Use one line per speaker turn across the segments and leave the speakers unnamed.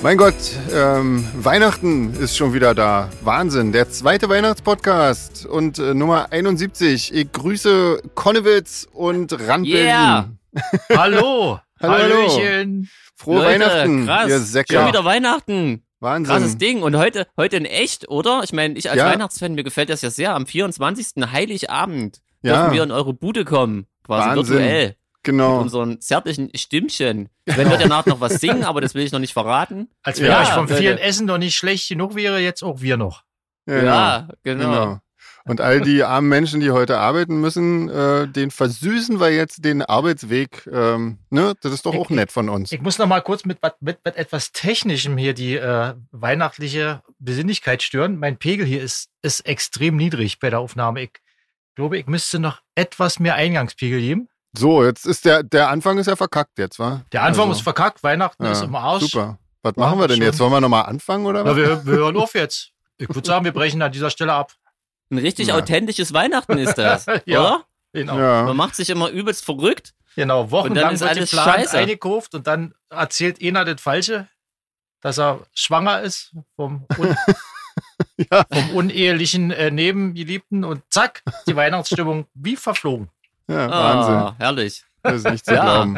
Mein Gott, ähm, Weihnachten ist schon wieder da. Wahnsinn, der zweite Weihnachtspodcast und äh, Nummer 71. Ich grüße Konnewitz und Randbilden.
Yeah. Hallo.
Hallo, hallo.
Hallöchen.
Frohe
Leute,
Weihnachten,
krass.
ihr Säcke.
Schon wieder Weihnachten.
Wahnsinn.
Krasses Ding. Und heute, heute in echt, oder? Ich meine, ich als
Ja.
Weihnachtsfan, mir gefällt das ja sehr. Am 24. Heiligabend
Ja.
dürfen wir um in eure Bude kommen. Quasi
Wahnsinn.
virtuell. Mit
Genau.
unseren zärtlichen Stimmchen. Wenn wir danach noch was singen, aber das will ich noch nicht verraten.
Als wenn
Ja,
euch vom
Leute.
vielen Essen noch nicht schlecht genug wäre, jetzt auch wir noch.
Genau.
Ja, genau.
genau. Und all die armen Menschen, die heute arbeiten müssen, äh, den versüßen wir jetzt den Arbeitsweg. Ähm, ne? Das ist doch
Ich-
auch nett von uns.
Ich muss noch mal kurz mit, wat- mit, mit etwas Technischem hier die äh, weihnachtliche Besinnlichkeit stören. Mein Pegel hier ist, ist extrem niedrig bei der Aufnahme. Ich glaube, ich müsste noch etwas mehr Eingangspegel geben.
So, jetzt ist der, der Anfang ist ja verkackt jetzt, wa?
Der Anfang
Also,
ist verkackt, Weihnachten ist
ja,
im Arsch.
Super. Was machen wir denn
Schon.
jetzt? Wollen wir nochmal anfangen oder
Na,
was?
wir, wir hören auf jetzt. Ich würde sagen, wir brechen an dieser Stelle ab.
Ein richtig
Ja.
authentisches Weihnachten ist das,
Ja.
oder?
Genau,
Ja.
Man macht sich immer übelst verrückt.
genau. wochenlang
ist
wird
alles
geplant,
scheiße.
eingekauft und dann erzählt einer das Falsche, dass er schwanger ist vom Un
Ja.
vom unehelichen äh, Nebengeliebten und zack, die Weihnachtsstimmung wie verflogen.
ja, Wahnsinn.
Ah, herrlich.
Das ist nicht zu
Ja.
glauben.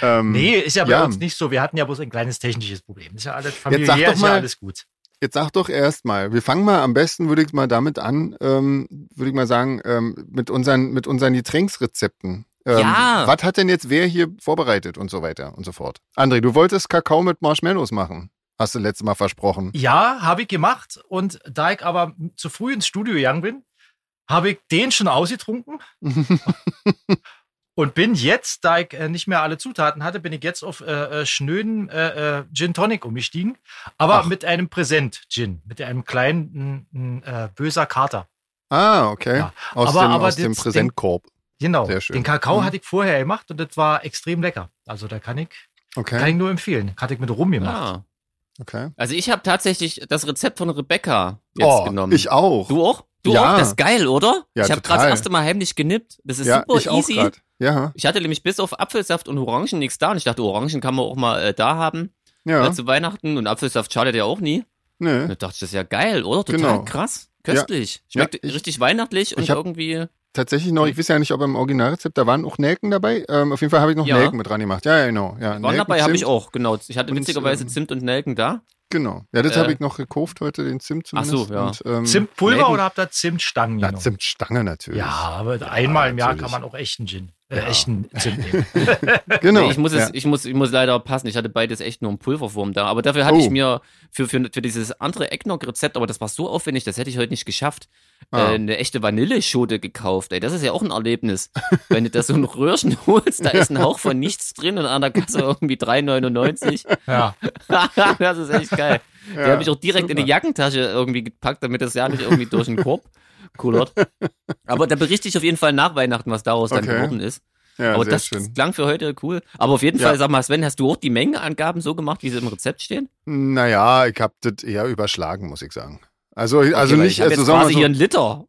Ähm,
Nee, ist ja bei
Ja.
uns nicht so. Wir hatten ja bloß ein kleines technisches Problem. Ist ja alles
sag
familiär,
doch
ist
mal-
ja alles gut.
Jetzt sag doch erstmal, wir fangen mal am besten, würde ich mal damit an, ähm, würde ich mal sagen, ähm, mit unseren, mit unseren Getränksrezepten. Ähm,
Ja.
Was hat denn jetzt wer hier vorbereitet und so weiter und so fort? André, du wolltest Kakao mit Marshmallows machen. Hast du letztes Mal versprochen.
Ja, habe ich gemacht. Und da ich aber zu früh ins Studio gegangen bin, habe ich den schon ausgetrunken. und bin jetzt, da ich äh, nicht mehr alle Zutaten hatte, bin ich jetzt auf äh, äh, schnöden äh, äh, Gin Tonic umgestiegen. Aber
Ach.
mit einem Präsent-Gin, mit einem kleinen n, n, äh, böser Kater.
Ah, okay.
Ja.
Aus
Aber-
dem,
aber
aus dem
das Ding-
Präsentkorb.
Genau.
Sehr schön.
Den Kakao
Mhm.
hatte ich vorher gemacht und das war extrem lecker. Also da kann ich, kann
Okay,
ich nur empfehlen. Hatte ich mit Rum gemacht.
Ah.
okay.
Also ich habe tatsächlich das Rezept von Rebecca jetzt
oh,
genommen.
ich auch.
Du auch? Du
Ja.
auch? Das ist geil, oder?
Ja,
ich habe
total.
gerade das erste Mal heimlich genippt. Das ist
ja,
super
ich auch
easy.
grad. Ja,
ich hatte nämlich bis auf Apfelsaft und Orangen nichts da und ich dachte, Orangen kann man auch mal äh, da haben
ja.
äh, zu Weihnachten und Apfelsaft schadet ja auch nie.
Nö.
Und da dachte ich, das ist ja geil, oder? Total
Genau.
krass. Köstlich.
Ja,
Schmeckt
ich-
richtig weihnachtlich und
hab-
irgendwie.
tatsächlich noch, ich weiß ja nicht, ob im Originalrezept, da waren auch Nelken dabei. Ähm, auf jeden Fall habe ich noch
Ja.
Nelken mit dran gemacht. Ja, ja, genau. Ja,
Waren
Nelken,
dabei habe
Zimt,
ich auch, genau. Ich hatte
und,
witzigerweise
ähm,
Zimt und Nelken da.
Genau. Ja, das
Äh,
habe ich noch gekauft heute, den Zimt
Ach so,
zumindest.
ja. Genau.
Und, ähm,
Zimtpulver
Nelken-
oder habt ihr Zimtstangen
Na,
genommen?
Zimtstange natürlich.
Ja, aber einmal im Jahr
natürlich.
kann man auch echten Gin, äh,
Ja.
echten Zimt nehmen.
Genau.
Nee, ich, muss
ja.
es, ich, muss, ich muss leider passen. Ich hatte beides echt nur einen Pulverwurm da. Aber dafür hatte
Oh.
ich mir für, für, für dieses andere Ecknock-Rezept, aber das war so aufwendig, das hätte ich heute nicht geschafft,
Ah.
äh, eine echte Vanilleschote gekauft. Ey, das ist ja auch ein Erlebnis. Wenn du das so ein Röhrchen holst, da ist ein Hauch von nichts drin und an der Kasse irgendwie 3,99.
ja.
das ist echt geil.
ja.
die habe ich auch direkt in
super.
die Jackentasche irgendwie gepackt, damit das ja nicht irgendwie durch den Korb kullert. Aber da berichte ich auf jeden Fall nach Weihnachten, was daraus dann
Okay.
geworden ist.
ja,
Aber
sehr
das
schön.
klang für heute cool. Aber auf jeden
Ja.
Fall, sag mal, Sven, hast du auch die Mengenangaben so gemacht, wie sie im Rezept stehen?
Naja, ich habe das eher überschlagen, muss ich sagen. Also, also
weil
nicht,
ich hab
also
jetzt
sagen wir mal
quasi
so,
hier einen Liter.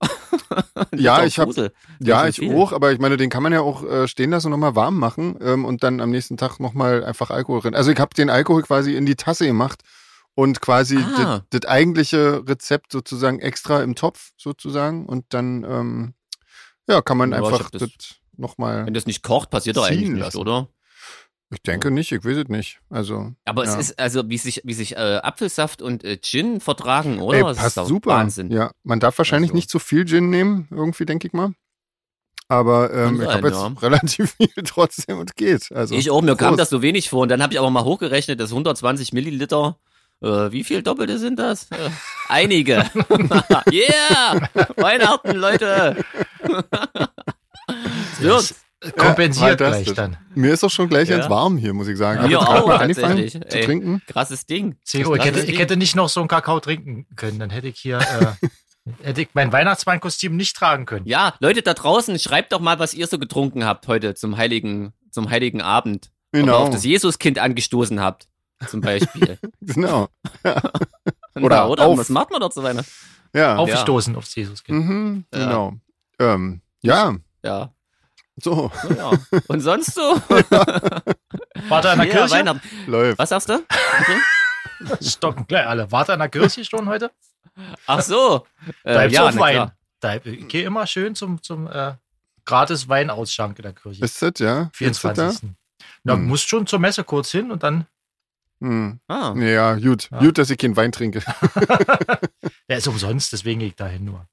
Ja, ich hab-
Fusel.
Ja,
Nicht
ich
so viel.
auch, aber ich meine, den kann man ja auch äh, stehen lassen und nochmal warm machen ähm, und dann am nächsten Tag nochmal einfach Alkohol rein. Also ich habe den Alkohol quasi in die Tasse gemacht und quasi
Ah.
das eigentliche Rezept sozusagen extra im Topf sozusagen und dann ähm, ja, kann man
Ja, ich
einfach
hab das-
das nochmal.
Wenn das nicht kocht, passiert doch
Ziehen
eigentlich nicht,
lassen.
oder?
Ich denke nicht, ich weiß es nicht. Also
Aber es
Ja.
ist, also, wie sich, wie sich äh, Apfelsaft und äh, Gin vertragen, oder?
ey,
Das ist
passt
doch
super.
Wahnsinn.
Ja, man darf wahrscheinlich
Also.
nicht zu viel Gin nehmen, irgendwie denke ich mal. Aber ähm,
Kann
ich
sein,
habe jetzt
ja.
relativ viel trotzdem und geht. Also
ich auch, mir kam
Prost.
das so wenig vor. Und dann habe ich aber mal hochgerechnet, dass 120 Milliliter, äh, wie viel Doppelte sind das? Äh, einige. yeah! Weihnachten, Leute! es wird.
Äh, Kompensiert
Ja,
gleich
fantastisch.
dann.
Mir ist doch schon gleich
Ja.
ganz warm hier, muss ich sagen.
Mir
jetzt gerade
auch
mal angefangen
tatsächlich,
zu
ey.
trinken.
Krasses Ding.
Zehn Uhr. Ich hätte,
Krasses
ich
Ding.
hätte nicht noch so einen Kakao trinken können. Dann hätte ich hier äh, hätte ich mein Weihnachtsmannkostüm nicht tragen können.
Ja, Leute da draußen, schreibt doch mal, was ihr so getrunken habt heute zum heiligen, zum heiligen Abend. Ob ihr
Genau.
auf das Jesuskind angestoßen habt, zum Beispiel.
Genau. Oder
Na, oder?
auf.
Was macht man doch zu Weihnachten?
Ja.
Aufgestoßen aufs Jesuskind.
Mhm,
Ja.
Genau. Ähm, ja,
Ja,
so.
naja. Und sonst so?
Warte an der
Ja,
Kirche?
Weihnachten.
Läuft.
Was sagst du? Bitte?
Stocken gleich alle. Warte an der Kirche schon heute?
Ach so. Äh,
Bleibst auf
na
Wein.
klar.
Bleib, ich gehe immer schön zum, zum äh, gratis Weinausschank in der Kirche.
Ist das, ja? Ist das da?
24. Na,
Hm.
musst schon zur Messe kurz hin und dann.
Hm.
Ah.
Ja, gut.
Ja.
Gut, dass ich keinen Wein trinke.
Der ist umsonst, deswegen gehe ich dahin nur.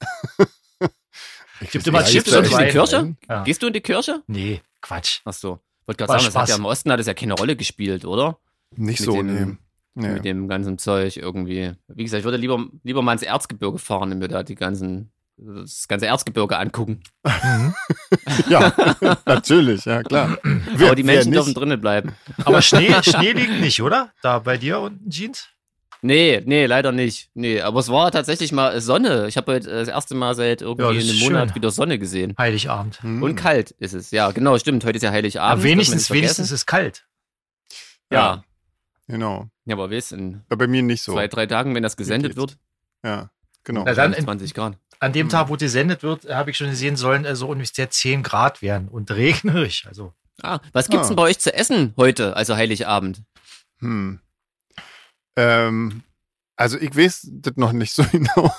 Ich
Gibt
weiß
immer
nicht,
Chips
vielleicht-
in
und
die
Wein. ne?
Kirche?
Ja.
Gehst du in die Kirche?
Nee, Quatsch.
Ach so. Wollte gerade
War
sagen, das hat
Spaß.
ja im Osten hat es ja keine Rolle gespielt, oder?
Nicht
Mit
so, nee.
dem-
nee.
Mit dem ganzen Zeug irgendwie. Wie gesagt, ich würde lieber, lieber mal ins Erzgebirge fahren und mir da die ganzen, das ganze Erzgebirge angucken.
Mhm.
Ja, natürlich, ja, klar. Wer-
Aber die
wer
Menschen
nicht?
dürfen drinnen bleiben.
Aber Schnee, Schnee liegt nicht, oder? Da bei dir unten Jeans?
Nee, nee, leider nicht. Nee, aber es war tatsächlich mal Sonne. Ich habe heute äh, das erste Mal seit
Ja,
irgendwie
das
einem
ist
Monat
schön.
wieder Sonne gesehen.
Heiligabend.
Hm.
Und kalt ist es. Ja, genau, stimmt. Heute ist ja Heiligabend.
Aber wenigstens,
darf man nicht
wenigstens ist
vergessen.
es kalt.
Ja.
Genau.
ja, aber wir in
Aber Bei mir nicht so.
zwei, drei Tagen, wenn das gesendet
geht's.
wird,
Ja, genau.
Na dann, in-
20 Grad.
An dem
Hm.
Tag, wo gesendet wird, habe ich schon gesehen, sollen äh, so ungefähr 10 Grad werden und regnerisch. Also
Ah, was gibt's
Ah.
denn bei euch zu essen heute, also Heiligabend?
Hm. Ähm, also ich weiß das noch nicht so genau.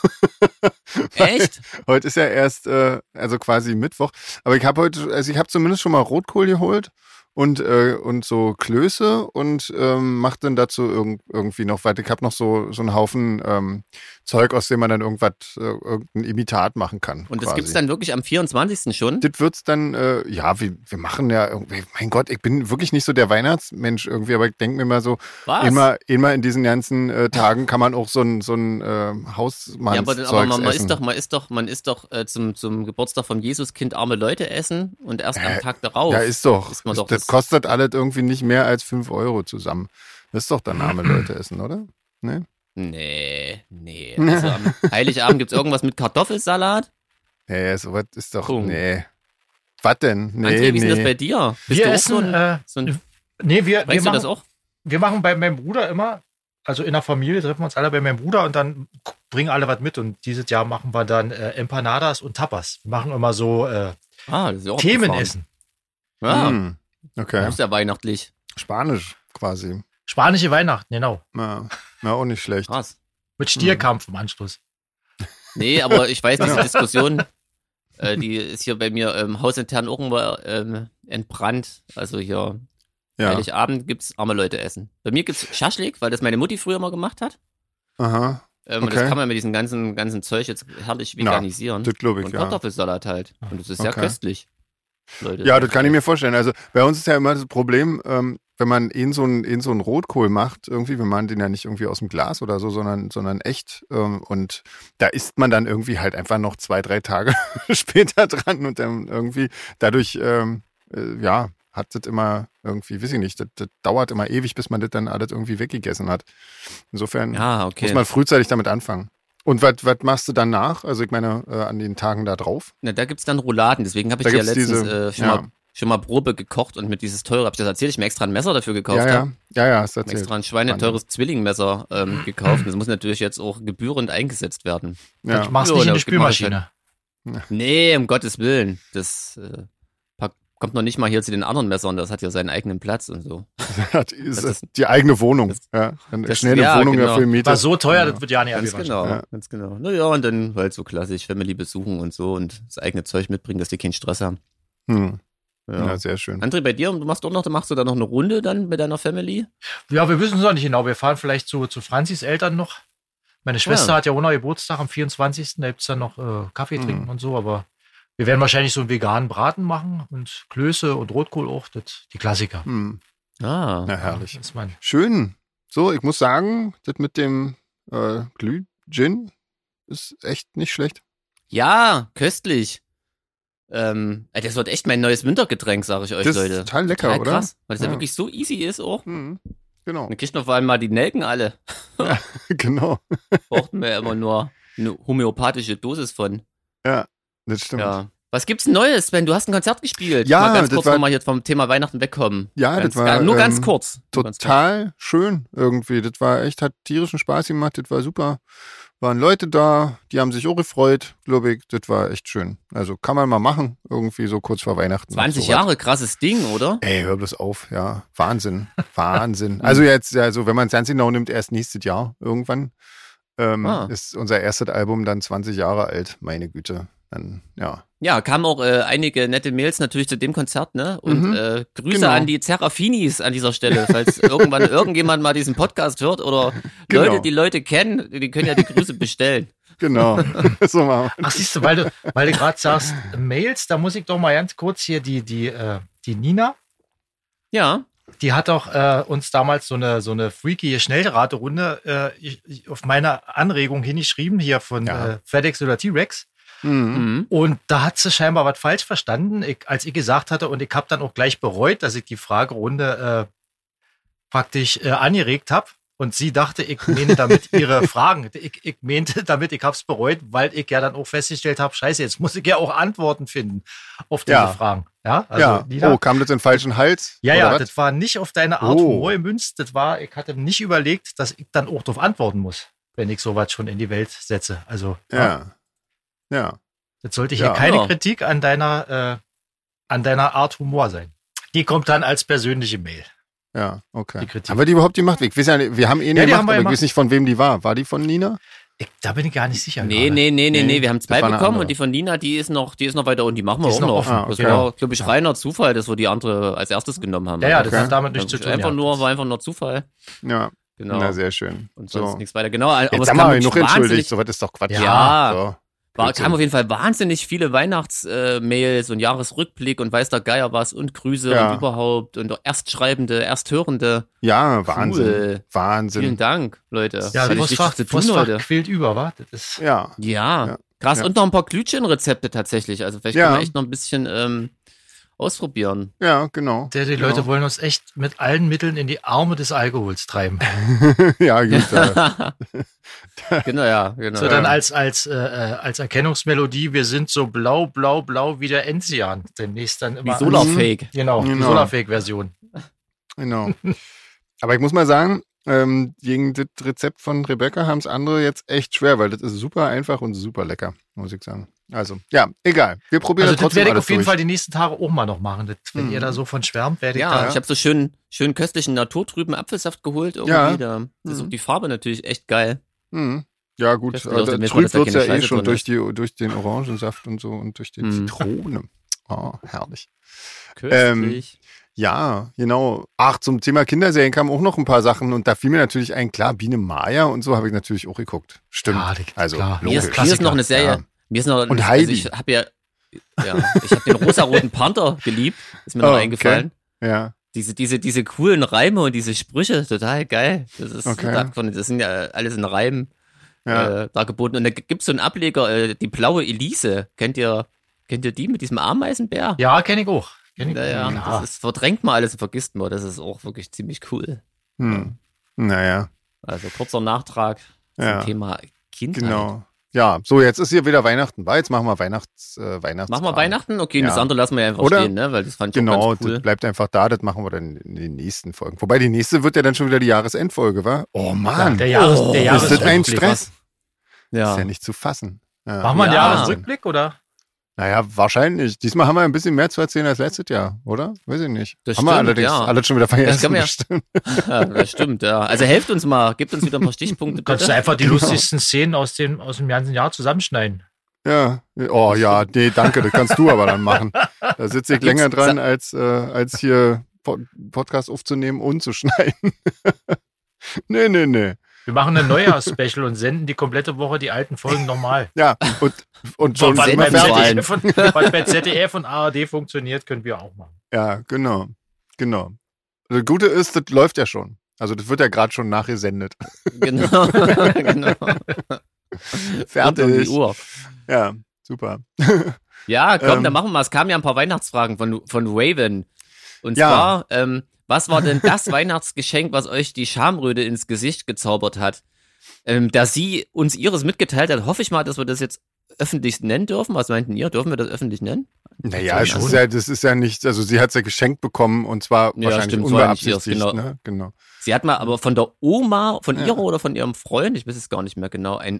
Echt?
Heute ist ja erst, äh, also quasi Mittwoch. Aber ich habe heute, also ich habe zumindest schon mal Rotkohl geholt und, äh, und so Klöße und ähm, mache dann dazu irgend, irgendwie noch weiter. Ich habe noch so, so einen Haufen ähm, Zeug, aus dem man dann irgendwas, äh, irgendein Imitat machen kann.
Und das
quasi.
gibt's dann wirklich am 24. schon?
Das wird's dann, äh, ja, wir, wir machen ja irgendwie, mein Gott, ich bin wirklich nicht so der Weihnachtsmensch irgendwie, aber ich denke mir mal so,
Was?
immer, immer in diesen ganzen äh, Tagen kann man auch so ein, so ein ähm, Hausmann.
ja, aber, dann- aber man, man ist doch, man ist doch, man ist doch äh, zum, zum Geburtstag vom Jesuskind arme Leute essen und erst am
Äh,
Tag darauf.
Ja, ist doch.
Oh, Ist man doch
das,
das-
kostet alles irgendwie nicht mehr als 5 Euro zusammen. Das ist doch der Name Leute essen, oder?
Nee, nee. Also am Heiligabend gibt's irgendwas mit Kartoffelsalat?
Nee, sowas ist doch.
Punkt.
Nee. Was denn? Nee,
André, wie ist denn das
nee.
bei dir? Bist
wir
du auch
essen,
so ein,
äh,
so ein
nee, wir, wir
weißt du
machen
das auch?
wir machen bei meinem Bruder immer, also in der Familie treffen wir uns alle bei meinem Bruder und dann k- bringen alle was mit. Und dieses Jahr machen wir dann äh, Empanadas und Tapas. Wir machen immer so äh,
Ah, das ist ja auch abgefahren.
Themenessen.
Ja,
Hm. Okay.
das ist Ah. ja weihnachtlich.
Spanisch quasi.
Spanische Weihnachten, genau.
Na, na auch nicht schlecht.
Krass.
Mit
Hm.
Stierkampf im Anschluss.
Nee, aber ich weiß, diese
Ja.
Diskussion, äh, die ist hier bei mir ähm, hausintern irgendwo ähm, entbrannt. Also hier
Ja.
Heiligabend gibt's arme Leute essen. Bei mir gibt's Schaschlik, weil das meine Mutti früher mal gemacht hat.
Aha.
Ähm, Und
Okay.
das kann man mit diesem ganzen, ganzen Zeug jetzt herrlich
Na,
veganisieren.
Das glaube ich,
und
ja.
Kartoffelsalat halt. Und das ist ja
Okay.
köstlich. Leute.
Ja, das kann ich mir vorstellen. Also bei uns ist ja immer das Problem, ähm, wenn man in so einen in so einen Rotkohl macht, irgendwie, wir machen den ja nicht irgendwie aus dem Glas oder so, sondern, sondern echt. Ähm, und da isst man dann irgendwie halt einfach noch zwei, drei Tage später dran und dann irgendwie dadurch, ähm, äh, ja, hat das immer irgendwie, weiß ich nicht, das, das dauert immer ewig, bis man das dann alles irgendwie weggegessen hat. Insofern
Ja, okay.
muss man frühzeitig damit anfangen. Und was was machst du danach? Also ich meine, äh, an den Tagen da drauf?
Na, da gibt's dann Rouladen. Deswegen habe ich
Da
dir ja
gibt's
letztens
diese-
äh, schon,
ja.
mal, schon mal Probe gekocht und mit dieses teure, hab ich das erzählt, ich mir extra ein Messer dafür gekauft
Ja,
habe.
ja, ja, ja, hast du
Ein
erzählt.
extra ein schweineteures Zwillingmesser ähm, gekauft. Das muss natürlich jetzt auch gebührend eingesetzt werden.
Ja.
Ich mach's
Ja,
nicht
na,
in die
das geht mal
Spülmaschine.
Nee, um Gottes Willen. Das äh, pack- kommt noch nicht mal hier zu den anderen Messern. Das hat ja seinen eigenen Platz und so.
hat, ist,
Das ist-
die eigene Wohnung.
das-
ja, eine
das-
schnelle
ja,
Wohnung
genau.
dafür Miete.
War so teuer,
Ja.
das wird ja nicht
ganz
abgewaschen.
genau,
Ja.
ganz genau. Naja, und dann halt so klassisch Family besuchen und so und das eigene Zeug mitbringen, dass die keinen Stress haben.
Hm. Ja.
Ja.
sehr schön.
André, bei dir, du machst auch noch, du machst du da noch eine Runde dann mit deiner Family?
Ja, wir wissen es noch nicht genau. Wir fahren vielleicht zu, zu Franzis Eltern noch. Meine Schwester
Ja.
hat ja auch noch Geburtstag am 24. Da gibt's dann noch äh, Kaffee
Mhm.
trinken und so, aber wir werden wahrscheinlich so einen veganen Braten machen und Klöße und Rotkohl auch, das, die Klassiker.
Hm.
Ah.
Na, herrlich.
Ist man.
Schön. So, ich muss sagen, das mit dem äh, Glühgin ist echt nicht schlecht.
Ja, köstlich. Ähm, ey, das wird echt mein neues Wintergetränk, sage ich euch,
Das ist
Leute.
total lecker,
Total
oder?
krass, weil es ja.
Ja.
wirklich so easy ist auch.
Hm. Genau,
Dann kriegt man vor allem mal die Nelken alle.
genau.
Braucht man ja immer nur eine homöopathische Dosis von.
Das stimmt.
Ja. Was gibt's Neues, Sven? Du hast ein Konzert gespielt.
Ja,
mal ganz
das
kurz
war-
nochmal hier vom Thema Weihnachten wegkommen.
Ja,
ganz,
das war,
gar- nur ganz
ähm,
kurz. Nur ganz kurz.
Total schön irgendwie. Das war echt, hat tierischen Spaß gemacht. Das war super. Waren Leute da, die haben sich auch gefreut, glaube ich. Das war echt schön. Also kann man mal machen, irgendwie so kurz vor Weihnachten.
20
So was.
Jahre, krasses Ding, oder?
Ey, hör bloß auf, ja. Wahnsinn. Wahnsinn. also jetzt, also wenn man es ganz genau nimmt, erst nächstes Jahr irgendwann ähm,
Ah.
ist unser erstes Album dann 20 Jahre alt. Meine Güte. Dann, ja.
Ja, kamen auch äh, einige nette Mails natürlich zu dem Konzert, ne? Und
Mhm.
äh, Grüße
Genau.
an die Zerafinis an dieser Stelle, falls irgendwann irgendjemand mal diesen Podcast hört oder
Genau.
Leute, die Leute kennen, die können ja die Grüße bestellen.
Genau. so machen wir.
Ach, siehst du, weil du, weil du gerade sagst, Mails, da muss ich doch mal ganz kurz hier die, die, äh, die Nina,
Ja,
die hat auch äh, uns damals so eine, so eine freaky Schnellraterunde äh, ich- ich- auf meine Anregung hingeschrieben, hier von
Ja.
äh, FedEx oder T-Rex.
Mhm.
mhm.
Und da hat sie scheinbar was falsch verstanden, ich, als ich gesagt hatte. Und ich habe dann auch gleich bereut, dass ich die Fragerunde äh, praktisch äh, angeregt habe. Und sie dachte, ich meine damit ihre Fragen. Ich, ich meinte damit, ich habe es bereut, weil ich ja dann auch festgestellt habe, scheiße, jetzt muss ich ja auch Antworten finden auf diese
Ja.
Fragen. Ja, also,
ja.
Nina?
oh, kam das in den falschen Hals?
Ja,
Oder
ja,
was?
das war nicht auf deine Art
Oh.
von Moe Münst. Das war, ich hatte nicht überlegt, dass ich dann auch darauf antworten muss, wenn ich sowas schon in die Welt setze. Also,
Ja. Ja.
das sollte hier
Ja.
keine
Ja.
Kritik an deiner, äh, an deiner Art Humor sein. Die kommt dann als persönliche Mail.
Ja, okay.
Die Kritik.
Haben wir die überhaupt gemacht? Ich weiß ja, nicht, wir haben eh eine
Ja, die
gemacht,
haben wir
aber ich
gemacht.
weiß nicht, von wem die war. War die von Nina?
Ich, da bin ich gar nicht sicher.
Nee,
gerade.
nee, nee, nee, nee, wir haben
das
zwei
war eine
bekommen
andere.
und die von Nina, die ist noch, die ist noch weiter unten, die machen wir
Die ist
auch
noch
noch.
offen. genau.
Ah,
Das
okay.
war, glaube ich, reiner Zufall, dass wir die andere als erstes genommen haben.
Ja, ja,
Also,
das
Okay.
hat damit nichts zu
das
tun.
Einfach
ja.
nur, war einfach nur Zufall.
Ja,
Genau.
na sehr schön.
und sonst
so.
nichts weiter. Genau, aber
Jetzt
es
haben
kam
wir
wirklich
genug entschuldigt,
wahnsinnig-
so was ist doch Quatsch.
Ja.
So.
War,
Blödsinn.
kam auf jeden Fall wahnsinnig viele Weihnachts-Mails und Jahresrückblick und weiß der Geier was und Grüße
Ja.
und überhaupt und auch Erstschreibende, Ersthörende.
ja, Wahnsinn.
Cool.
Wahnsinn.
Vielen Dank, Leute.
Ja,
Hatte ich
Postfach,
nichts zu tun
Postfach
heute.
quillt über, wa? Das ist,
Ja,
Ja,
Ja.
krass.
Ja.
Und noch ein paar Glühwein-Rezepte tatsächlich. Also vielleicht
Ja.
können wir echt noch ein bisschen ähm, ausprobieren.
ja, genau.
der, die
genau.
Leute wollen uns echt mit allen Mitteln in die Arme des Alkohols treiben.
ja, gut. äh,
Genau, ja, genau.
So dann als, als, äh, äh, als Erkennungsmelodie, wir sind so blau, blau, blau wie der Enzian. Demnächst dann
Wie
immer.
Solarfake.
Genau, die
Genau.
Solarfake-Version.
genau. Aber ich muss mal sagen, ähm, gegen das Rezept von Rebecca haben es andere jetzt echt schwer, weil das ist super einfach und super lecker, muss ich sagen. Also, ja, egal. Wir probieren
Also
das
das
trotzdem
werde ich
alles
auf jeden
durch.
Fall die nächsten Tage auch mal noch machen. Das, wenn
Mhm.
ihr da so von schwärmt, werde ich
Ja,
da.
Ah, ich habe so schön, schön köstlichen naturtrüben Apfelsaft geholt irgendwie.
Ja.
Da ist
Mhm.
auch die Farbe natürlich echt geil.
Mhm. Ja, gut.
Das sieht aus,
Also,
als wäre
trüb
da
wird
keine
ja eh
Scheiße
schon
drin
durch,
ist.
die, durch den Orangensaft und so und durch die
Mhm.
Zitrone. Oh, herrlich. Ähm,
Köstlich.
Ja, genau. Ach, zum Thema Kinderserien kamen auch noch ein paar Sachen und da fiel mir natürlich ein, klar, Biene Maya und so habe ich natürlich auch geguckt. Stimmt.
Ah,
Ja, das-
also,
klar.
Mir
logisch.
ist, mir ist noch eine Serie.
Ja.
Mir ist noch,
Und Heidi.
Also ich habe ja, ja, ich habe den rosaroten Panther geliebt. Ist mir
Oh,
noch
okay.
eingefallen.
Ja,
Diese, diese, diese coolen Reime und diese Sprüche, total geil. Das ist
Okay.
total von- das sind ja alles in Reimen
ja.
äh, dargeboten. Und da gibt es so einen Ableger, äh, die blaue Elise. Kennt ihr, kennt ihr die mit diesem Ameisenbär?
Ja, kenne ich auch. Kenn ich
Naja,
Ja.
das ist, verdrängt mal alles und vergisst mal. Das ist auch wirklich ziemlich cool.
Hm. Naja,
Also kurzer Nachtrag zum
Ja.
Thema Kindheit.
genau. Ja, so, jetzt ist hier wieder Weihnachten. war. Jetzt machen wir Weihnachts, äh, Weihnachts.
Machen wir Weihnachten? Okay, das
Ja.
andere lassen wir einfach
Oder?
stehen, ne? Weil das fand ich
Genau,
auch ganz cool.
das bleibt einfach da, das machen wir dann in den nächsten Folgen. Wobei die nächste wird ja dann schon wieder die Jahresendfolge, wa? Oh Mann,
Der Jahres, der
Oh,
ist das ein
Jahresrückblick, was?
Stress?
Ja.
Ist ja nicht zu fassen. Ja.
Machen wir einen
Ja.
Jahresrückblick oder?
Naja, wahrscheinlich. Diesmal haben wir ein bisschen mehr zu erzählen als letztes Jahr, oder? Weiß ich nicht.
Das
haben wir
stimmt,
allerdings
ja.
alles schon wieder
Das kann
vergessen.
man ja-
bestimmt.
Ja, das stimmt, ja. Also helft uns mal, gebt uns wieder ein paar Stichpunkte.
Kannst du
Bitte.
einfach die lustigsten Szenen aus dem, aus dem ganzen Jahr zusammenschneiden?
ja. Oh ja, nee, danke, das kannst du aber dann machen. Da sitze ich
Gibt's-
länger dran, als, äh, als hier Pod Podcast aufzunehmen und zu schneiden. nee, nee, nee.
Wir machen ein Neujahrs-Special und senden die komplette Woche die alten Folgen nochmal.
Ja, und, und schon
was,
sind
Senden
wir
bei
vor
fertig.
allem.
ZDF und, was bei ZDF und ARD funktioniert, können wir auch machen.
Ja, genau. Genau. Das Gute ist, das läuft ja schon. Also das wird ja gerade schon nachgesendet.
Genau. genau. Rund um die
Fertig.
Uhr.
Ja, super.
Ja, komm,
Ähm.
dann machen wir Es kamen ja ein paar Weihnachtsfragen von, von Raven. Und
Ja.
zwar, ähm, was war denn das Weihnachtsgeschenk, was euch die Schamröte ins Gesicht gezaubert hat? Ähm, da sie uns ihres mitgeteilt hat, hoffe ich mal, dass wir das jetzt öffentlich nennen dürfen? Was meinten ihr? Dürfen wir das öffentlich nennen?
Naja, es ist ja, das ist ja nicht, also sie hat es ja geschenkt bekommen und zwar
Ja,
wahrscheinlich
stimmt, es war nicht ihres,
unbeabsichtigt.
genau.
Ne? genau.
Sie hat mal aber von der Oma, von
Ja.
ihrer oder von ihrem Freund, ich weiß es gar nicht mehr genau, ein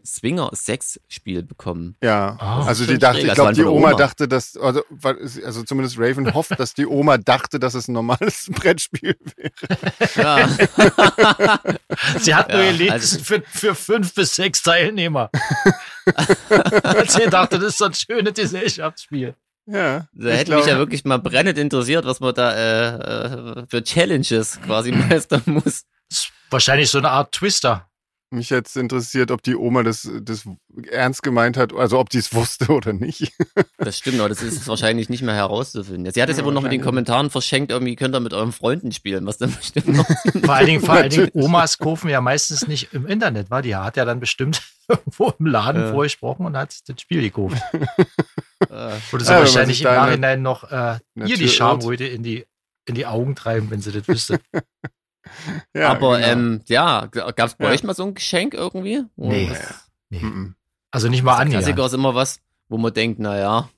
Swinger-Sex-Spiel bekommen.
Ja,
Ah,
also
schon
die dachte,
schräg,
ich
das
glaube,
waren
die
von der
Oma
Oma.
dachte, dass, also, war- also zumindest Raven hofft, dass die Oma dachte, dass es ein normales Brettspiel wäre.
Ja.
Sie hat nur
Ja,
gelesen
also-
für, für fünf bis sechs Teilnehmer. Als sie dachte, das ist so ein schönes Gesellschaftsspiel.
Ja,
Da
ich
hätte mich
glaube-
ja wirklich mal brennend interessiert, was man da äh, äh, für Challenges quasi meistern muss.
Ist wahrscheinlich so eine Art Twister.
Mich jetzt interessiert, ob die Oma das, das ernst gemeint hat, also ob die es wusste oder nicht.
Das stimmt, aber das ist wahrscheinlich nicht mehr herauszufinden. Sie hat es
Ja,
ja wohl noch mit den
wahrscheinlich.
Kommentaren verschenkt, irgendwie könnt ihr mit euren Freunden spielen, was dann bestimmt noch.
Vor allen Dingen, vor allen Dingen
Natürlich.
Omas kaufen ja meistens nicht im Internet, war die hat ja dann bestimmt irgendwo im Laden
Ja.
vorgesprochen und hat das Spiel gekauft.
Äh,
Oder
Ja,
so
wenn man
wahrscheinlich
sich da
im
eine-
Nachhinein noch äh,
eine
ihr
Tür
die
irrt.
Schamröte in die, in die Augen treiben, wenn sie das wüsste.
Ja,
aber
genau.
ähm, ja, gab es bei
Ja.
euch mal so ein Geschenk irgendwie? Oder
Nee.
was- ähm,
Mhm.
Also nicht mal
Der Klassiker
annähernd.
ist immer was, wo man denkt, naja,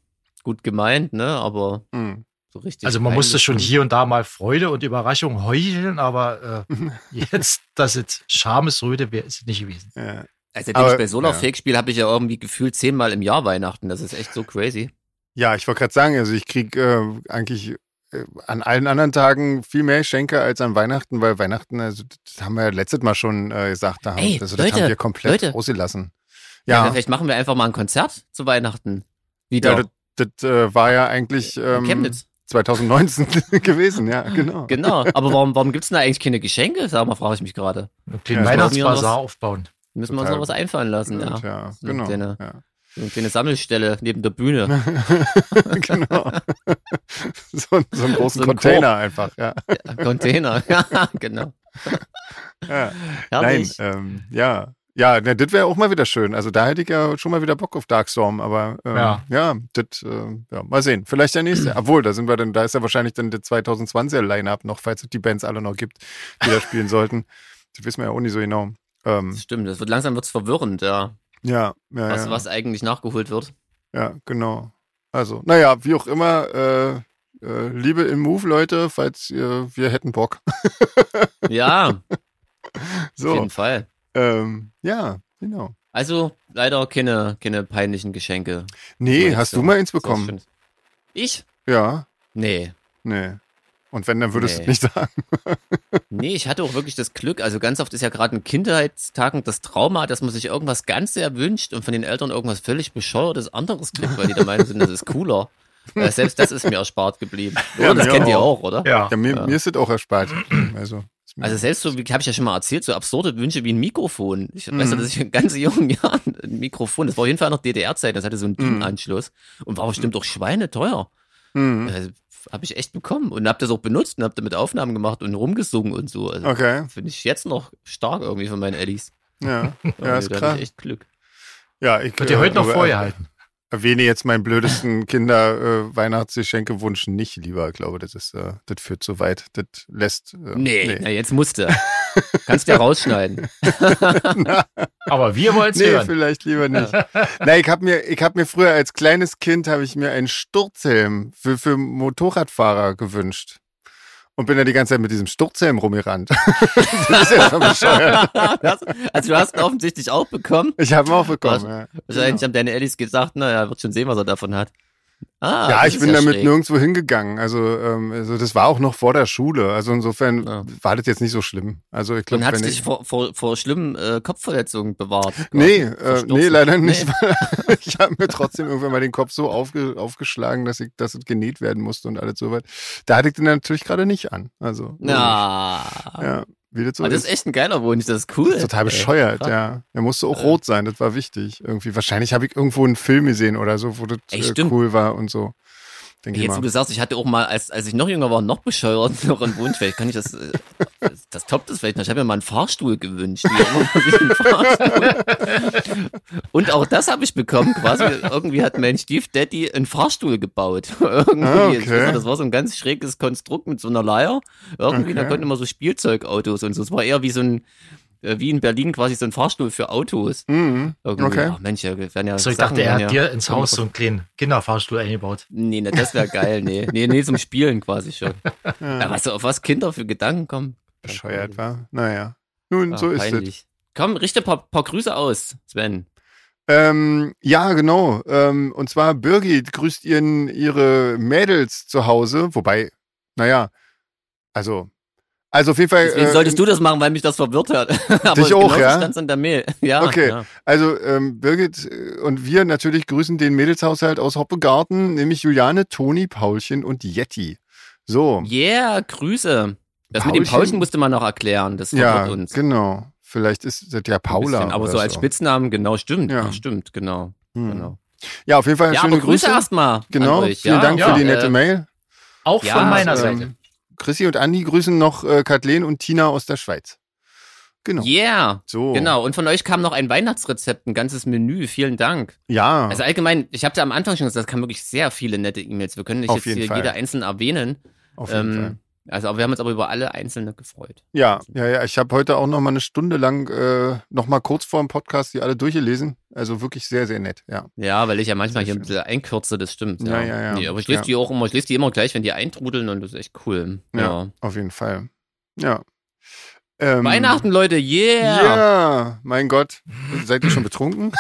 gut gemeint, ne? Aber
Mhm.
so richtig.
Also man musste
peinlich.
schon hier und da mal Freude und Überraschung heucheln, aber äh, jetzt, dass es Schamesröte wäre, ist es nicht gewesen.
Ja.
Also
Aber-
ich bei Solar
ja.
Fake Spiel habe ich ja irgendwie gefühlt zehnmal im Jahr Weihnachten. Das ist echt so crazy.
ja, ich wollte gerade sagen, also ich kriege äh, eigentlich äh, an allen anderen Tagen viel mehr Geschenke als an Weihnachten, weil Weihnachten, also das haben wir ja letztes Mal schon äh, gesagt, da haben,
Ey,
also, das
Leute,
haben wir komplett
Leute.
ausgelassen.
Ja.
Ja,
vielleicht machen wir einfach mal ein Konzert zu Weihnachten. Wieder.
ja, das, das äh, war ja eigentlich
in
ähm,
Chemnitz.
2019 gewesen, ja, genau.
Genau. Aber warum, warum gibt es denn da eigentlich keine Geschenke? Sag mal, frage ich mich gerade.
Einen kleinen
Ja, das
Weihnachtsbazar aufbauen.
Müssen wir uns
Total.
noch was einfallen lassen, ja.
Und, ja, genau.
Und deine-
ja.
So eine kleine Sammelstelle neben der Bühne.
genau. so, einen- so einen großen
So einen
Container einfach, ja.
Ja, Container. ja, genau.
ja. Nein,
Herrlich.
ähm, ja. Ja, na, das wäre auch mal wieder schön. Also da hätte ich ja schon mal wieder Bock auf Darkstorm, aber ähm, ja,
Ja.
das, äh, ja, mal sehen. Vielleicht der nächste. Obwohl, da sind wir dann, da ist ja wahrscheinlich dann der 2020er Line-Up noch, falls es die Bands alle noch gibt, die da spielen sollten. Das wissen wir ja auch nicht so genau. Ähm,
Das stimmt. Das wird langsam wird's verwirrend, ja.
ja, ja,
Was,
ja.
was eigentlich nachgeholt wird.
Ja, genau. Also, naja, wie auch immer, äh, äh, Liebe im Move, Leute, falls ihr, wir hätten Bock.
Ja, auf
So,
jeden Fall.
ähm, ja, genau.
Also leider keine, keine peinlichen Geschenke.
Nee,
Ja,
hast
so.
du mal eins
Das ist
bekommen?
schön. Ich?
Ja,
Nee.
nee. Und wenn, dann würdest du
Nee.
nicht sagen.
Nee, ich hatte auch wirklich das Glück. Also ganz oft ist ja gerade in Kindheitstagen das Trauma, dass man sich irgendwas ganz sehr wünscht und von den Eltern irgendwas völlig bescheuertes anderes kriegt, weil die der Meinung sind, das ist cooler. Äh, selbst das ist mir erspart geblieben. Oder
Ja,
das
mir
kennt ihr
auch.
auch, oder?
Ja.
Ja, mir,
Ja.
mir ist das auch erspart. Also, ist mir-
Also selbst so, wie habe ich ja schon mal erzählt, so absurde Wünsche wie ein Mikrofon. Ich
Mhm.
weiß ja, dass ich in ganz jungen Jahren ein Mikrofon, das war auf jeden Fall noch DDR-Zeit, das hatte so einen
Mhm.
DIN-Anschluss und war bestimmt auch schweineteuer.
Hm,
Äh, habe ich echt bekommen und habe das auch benutzt und habe damit Aufnahmen gemacht und rumgesungen und so. Also
okay,
finde ich jetzt noch stark irgendwie von meinen Eddies.
ja, ja,
Irgendwie,
ist
da hatte
klar.
ich echt Glück.
Ja, ich
Könnt ihr heute noch
aber
vorher halten.
Erwähne jetzt meinen blödesten Kinder-Weihnachtsgeschenkewunsch nicht lieber. Ich glaube, das ist, äh, das führt zu weit. Das lässt. Äh,
Nee, Na, jetzt musste. Kannst ja rausschneiden.
Aber wir wollen es
Nee,
hören.
vielleicht lieber nicht. Nein, ich habe mir, ich hab mir früher als kleines Kind habe ich mir einen Sturzhelm für, für Motorradfahrer gewünscht. Und bin ja die ganze Zeit mit diesem Sturzhelm rumgerannt. das ist ja schon bescheuert.
das, also du hast ihn offensichtlich auch bekommen.
Ich habe ihn auch bekommen. Ja,
Wahrscheinlich
Genau.
haben deine Eddies gesagt, naja, wird schon sehen, was er davon hat. Ah,
ja
das
ich
ist
bin damit
schräg.
nirgendwo hingegangen. Also, ähm, also das war auch noch vor der Schule. Also insofern
Ja.
war das jetzt nicht so schlimm. Also ich
Und
glaube,
hat
wenn
dich
ich,
vor, vor, vor schlimmen äh, Kopfverletzungen bewahrt?
Nee,
Vor
äh,
Stürzen?
nee, leider nicht.
Nee.
weil Ich habe mir trotzdem irgendwann mal den Kopf so aufge, aufgeschlagen, dass ich, dass es genäht werden musste und alles so weit. Da hatte ich den natürlich gerade nicht an. Also.
Na,
Ja, wie das so
aber das
ist.
ist echt ein geiler Wunsch, das ist cool. Äh,
Das ist total
Ey.
bescheuert, ja. Er musste auch rot sein, das war wichtig. Irgendwie, wahrscheinlich habe ich irgendwo einen Film gesehen oder so, wo das
Ey,
äh,
stimmt.
cool war und so. Denke ich
Jetzt, wo
mal.
du sagst, ich hatte auch mal, als, als ich noch jünger war, noch bescheuert noch einen Wunsch. Vielleicht kann ich das, äh, das- das toppt das vielleicht noch. Ich habe mir mal einen Fahrstuhl gewünscht. Wie auch immer man sich einen Fahrstuhl- Und auch das habe ich bekommen. Quasi irgendwie hat mein Stiefdaddy einen Fahrstuhl gebaut. Irgendwie.
Ah, okay.
Ich weiß noch, Das war so ein ganz schräges Konstrukt mit so einer Leier. Irgendwie, da
Okay.
konnten immer so Spielzeugautos und so. Es war eher wie so ein, äh, wie in Berlin quasi so ein Fahrstuhl für Autos.
Mhm.
Irgendwie.
Okay.
Ach Mensch, ja, werden ja
So, ich
Sachen
dachte, er
werden
hat
ja,
dir ins Haus so
so.
einen kleinen Kinderfahrstuhl eingebaut.
Nee, ne, das wäre geil. Nee, nee, nee, zum Spielen quasi schon. Ja, was, auf was Kinder für Gedanken kommen.
Bescheuert war. Naja. Nun,
Ah,
so ist es.
peinlich. Komm, richte ein paar, paar Grüße aus, Sven.
Ähm, ja, genau. Ähm, und zwar Birgit grüßt ihren, ihre Mädels zu Hause, wobei, naja, also, also auf jeden Fall.
Deswegen
äh,
solltest du das machen, weil mich das verwirrt hat. Aber
Dich auch,
genauso
ja?
stand's in der Mail. Ja,
Okay.
ja.
Also ähm, Birgit äh, und wir natürlich grüßen den Mädelshaushalt aus Hoppegarten, nämlich Juliane, Toni, Paulchen und Yeti. So,
Yeah, Grüße. Das mit dem
Paulchen?
Paulchen musste man noch erklären. Das
ja,
verwirrt uns.
genau. Vielleicht ist das ja
Ein
Paula.
bisschen, aber
oder
so als Spitznamen, genau, stimmt.
Ja.
Ach, stimmt, genau.
Hm.
genau.
Ja, auf jeden Fall
Ja,
schöne
aber Grüße,
Grüße.
erstmal.
Genau,
An euch.
vielen
ja,
Dank
ja,
für die nette
äh,
Mail.
Auch
Ja,
von meiner
ähm,
Seite.
Chrissy und Andi grüßen noch äh, Kathleen und Tina aus der Schweiz. Genau.
Yeah,
So.
genau. Und von euch kam noch ein Weihnachtsrezept, ein ganzes Menü. Vielen Dank.
Ja.
Also allgemein, ich habe ja am Anfang schon gesagt, es kamen wirklich sehr viele nette E-Mails. Wir können nicht
Auf
jetzt
jeden
hier
Fall.
jeder einzeln erwähnen.
Auf jeden
Ähm,
Fall.
Also, aber wir haben uns aber über alle einzelne gefreut.
Ja, ja, ja. Ich habe heute auch noch mal eine Stunde lang, äh, noch mal kurz vor dem Podcast, die alle durchgelesen. Also wirklich sehr, sehr nett. Ja,
Ja, weil ich ja manchmal hier
Sehr
ein bisschen einkürze, das stimmt.
Ja, ja, ja.
Nee, aber ich lese
Ja.
die auch immer, ich lese die immer gleich, wenn die eintrudeln und das ist echt cool.
Ja. auf jeden Fall. Ja. Ähm,
Weihnachten, Leute,
Ja,
yeah!
mein Gott. Seid ihr schon betrunken?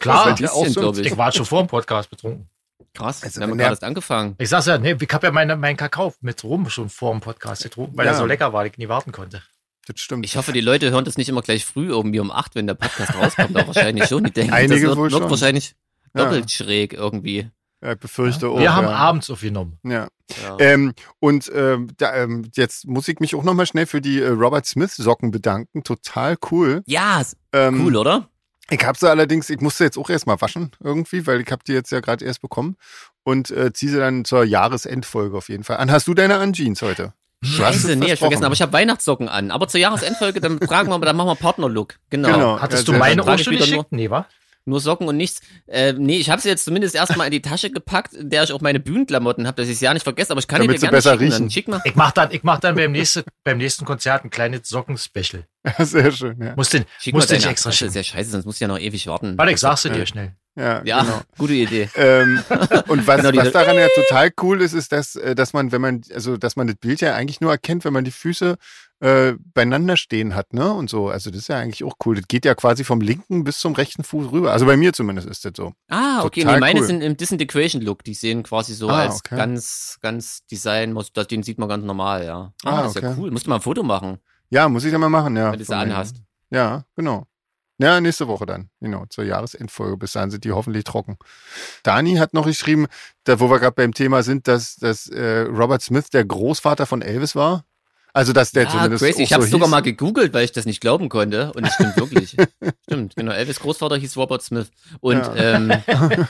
Klar,
seid ihr auch so-
glaub ich.
ich war schon vor dem Podcast betrunken.
Krass,
Also,
wir haben
wenn
gerade
der-
erst angefangen.
Ich sag's ja, nee, ich habe ja meine, meinen Kakao mit Rum schon vor dem Podcast getrunken, weil
Ja.
er so lecker war, dass ich nie warten konnte.
Das stimmt.
Ich hoffe, die Leute hören das nicht immer gleich früh irgendwie um 8, wenn der Podcast rauskommt, aber wahrscheinlich schon. Die denken,
Einige
das
wohl
wird, wird
schon.
wahrscheinlich
Ja.
doppelt schräg irgendwie.
ja, ich befürchte auch.
Wir haben
ja.
abends aufgenommen.
Ja.
Ja.
Ähm, und ähm, da, ähm, jetzt muss ich mich auch noch mal schnell für die äh, Robert Smith Socken bedanken. Total cool.
Ja, ist
Ähm,
cool, oder?
Ich habe sie allerdings, ich musste jetzt auch erstmal waschen irgendwie, weil ich habe die jetzt ja gerade erst bekommen und äh, ziehe sie dann zur Jahresendfolge auf jeden Fall an. Hast du deine an Jeans heute? Du hast es
Scheiße, nee, hab ich
versprochen.
vergessen, aber ich habe Weihnachtssocken an. Aber zur Jahresendfolge, dann tragen wir, dann machen wir Partnerlook. Genau.
Genau.
Hattest
Ja,
du
sehr
meine
gut. Frage
auch
ich
schon
wieder
geschickt? Nee, wa?
Nur Socken und nichts. Äh, nee, ich habe sie jetzt zumindest erstmal in die Tasche gepackt, in der ich auch meine Bühnenklamotten habe, dass ich es ja nicht vergesse, aber ich kann die dir
Damit sie
gerne
besser
schicken. Dann
riechen.
schick mal.
Ich mach dann, ich mach dann beim, nächsten, beim nächsten Konzert ein kleines Socken-Special.
Ja, sehr schön, ja.
Muss den,
Schick
muss
mal
den nicht
deine Adresse. Das
extra
ist
schicken.
ja scheiße, sonst muss ich ja noch ewig warten.
Warte, ich sag's dir
Ja.
schnell.
Ja,
ja,
genau.
gute Idee.
Ähm, und was,
Genau,
was
diese-
daran ja total cool ist, ist, dass, äh, dass man, wenn man, also dass man das Bild ja eigentlich nur erkennt, wenn man die Füße äh, beieinander stehen hat, ne? Und so. Also das ist ja eigentlich auch cool. Das geht ja quasi vom linken bis zum rechten Fuß rüber. Also bei mir zumindest ist das so.
Ah, okay.
Total
Nee, meine
cool.
sind im Disintegration Look. Die sehen quasi so
Ah,
als
okay.
ganz, ganz Design, muss- das- den sieht man ganz normal, ja. Ah,
Ah,
das ist ja
okay.
cool. Musst du mal ein Foto machen,
Ja, muss ich dann mal machen, ja.
wenn du es
Von mir.
anhast.
Ja, genau. Ja, nächste Woche dann. Genau, zur Jahresendfolge. Bis dahin sind die hoffentlich trocken. Dani hat noch geschrieben, da, wo wir gerade beim Thema sind, dass, dass äh, Robert Smith der Großvater von Elvis war. Also, dass der
Ah,
zumindest.
crazy.
Auch
Ich habe
so
sogar
hieß.
mal gegoogelt, weil ich das nicht glauben konnte. Und es stimmt wirklich. stimmt, genau. Elvis Großvater hieß Robert Smith. Und
Ja.
ähm,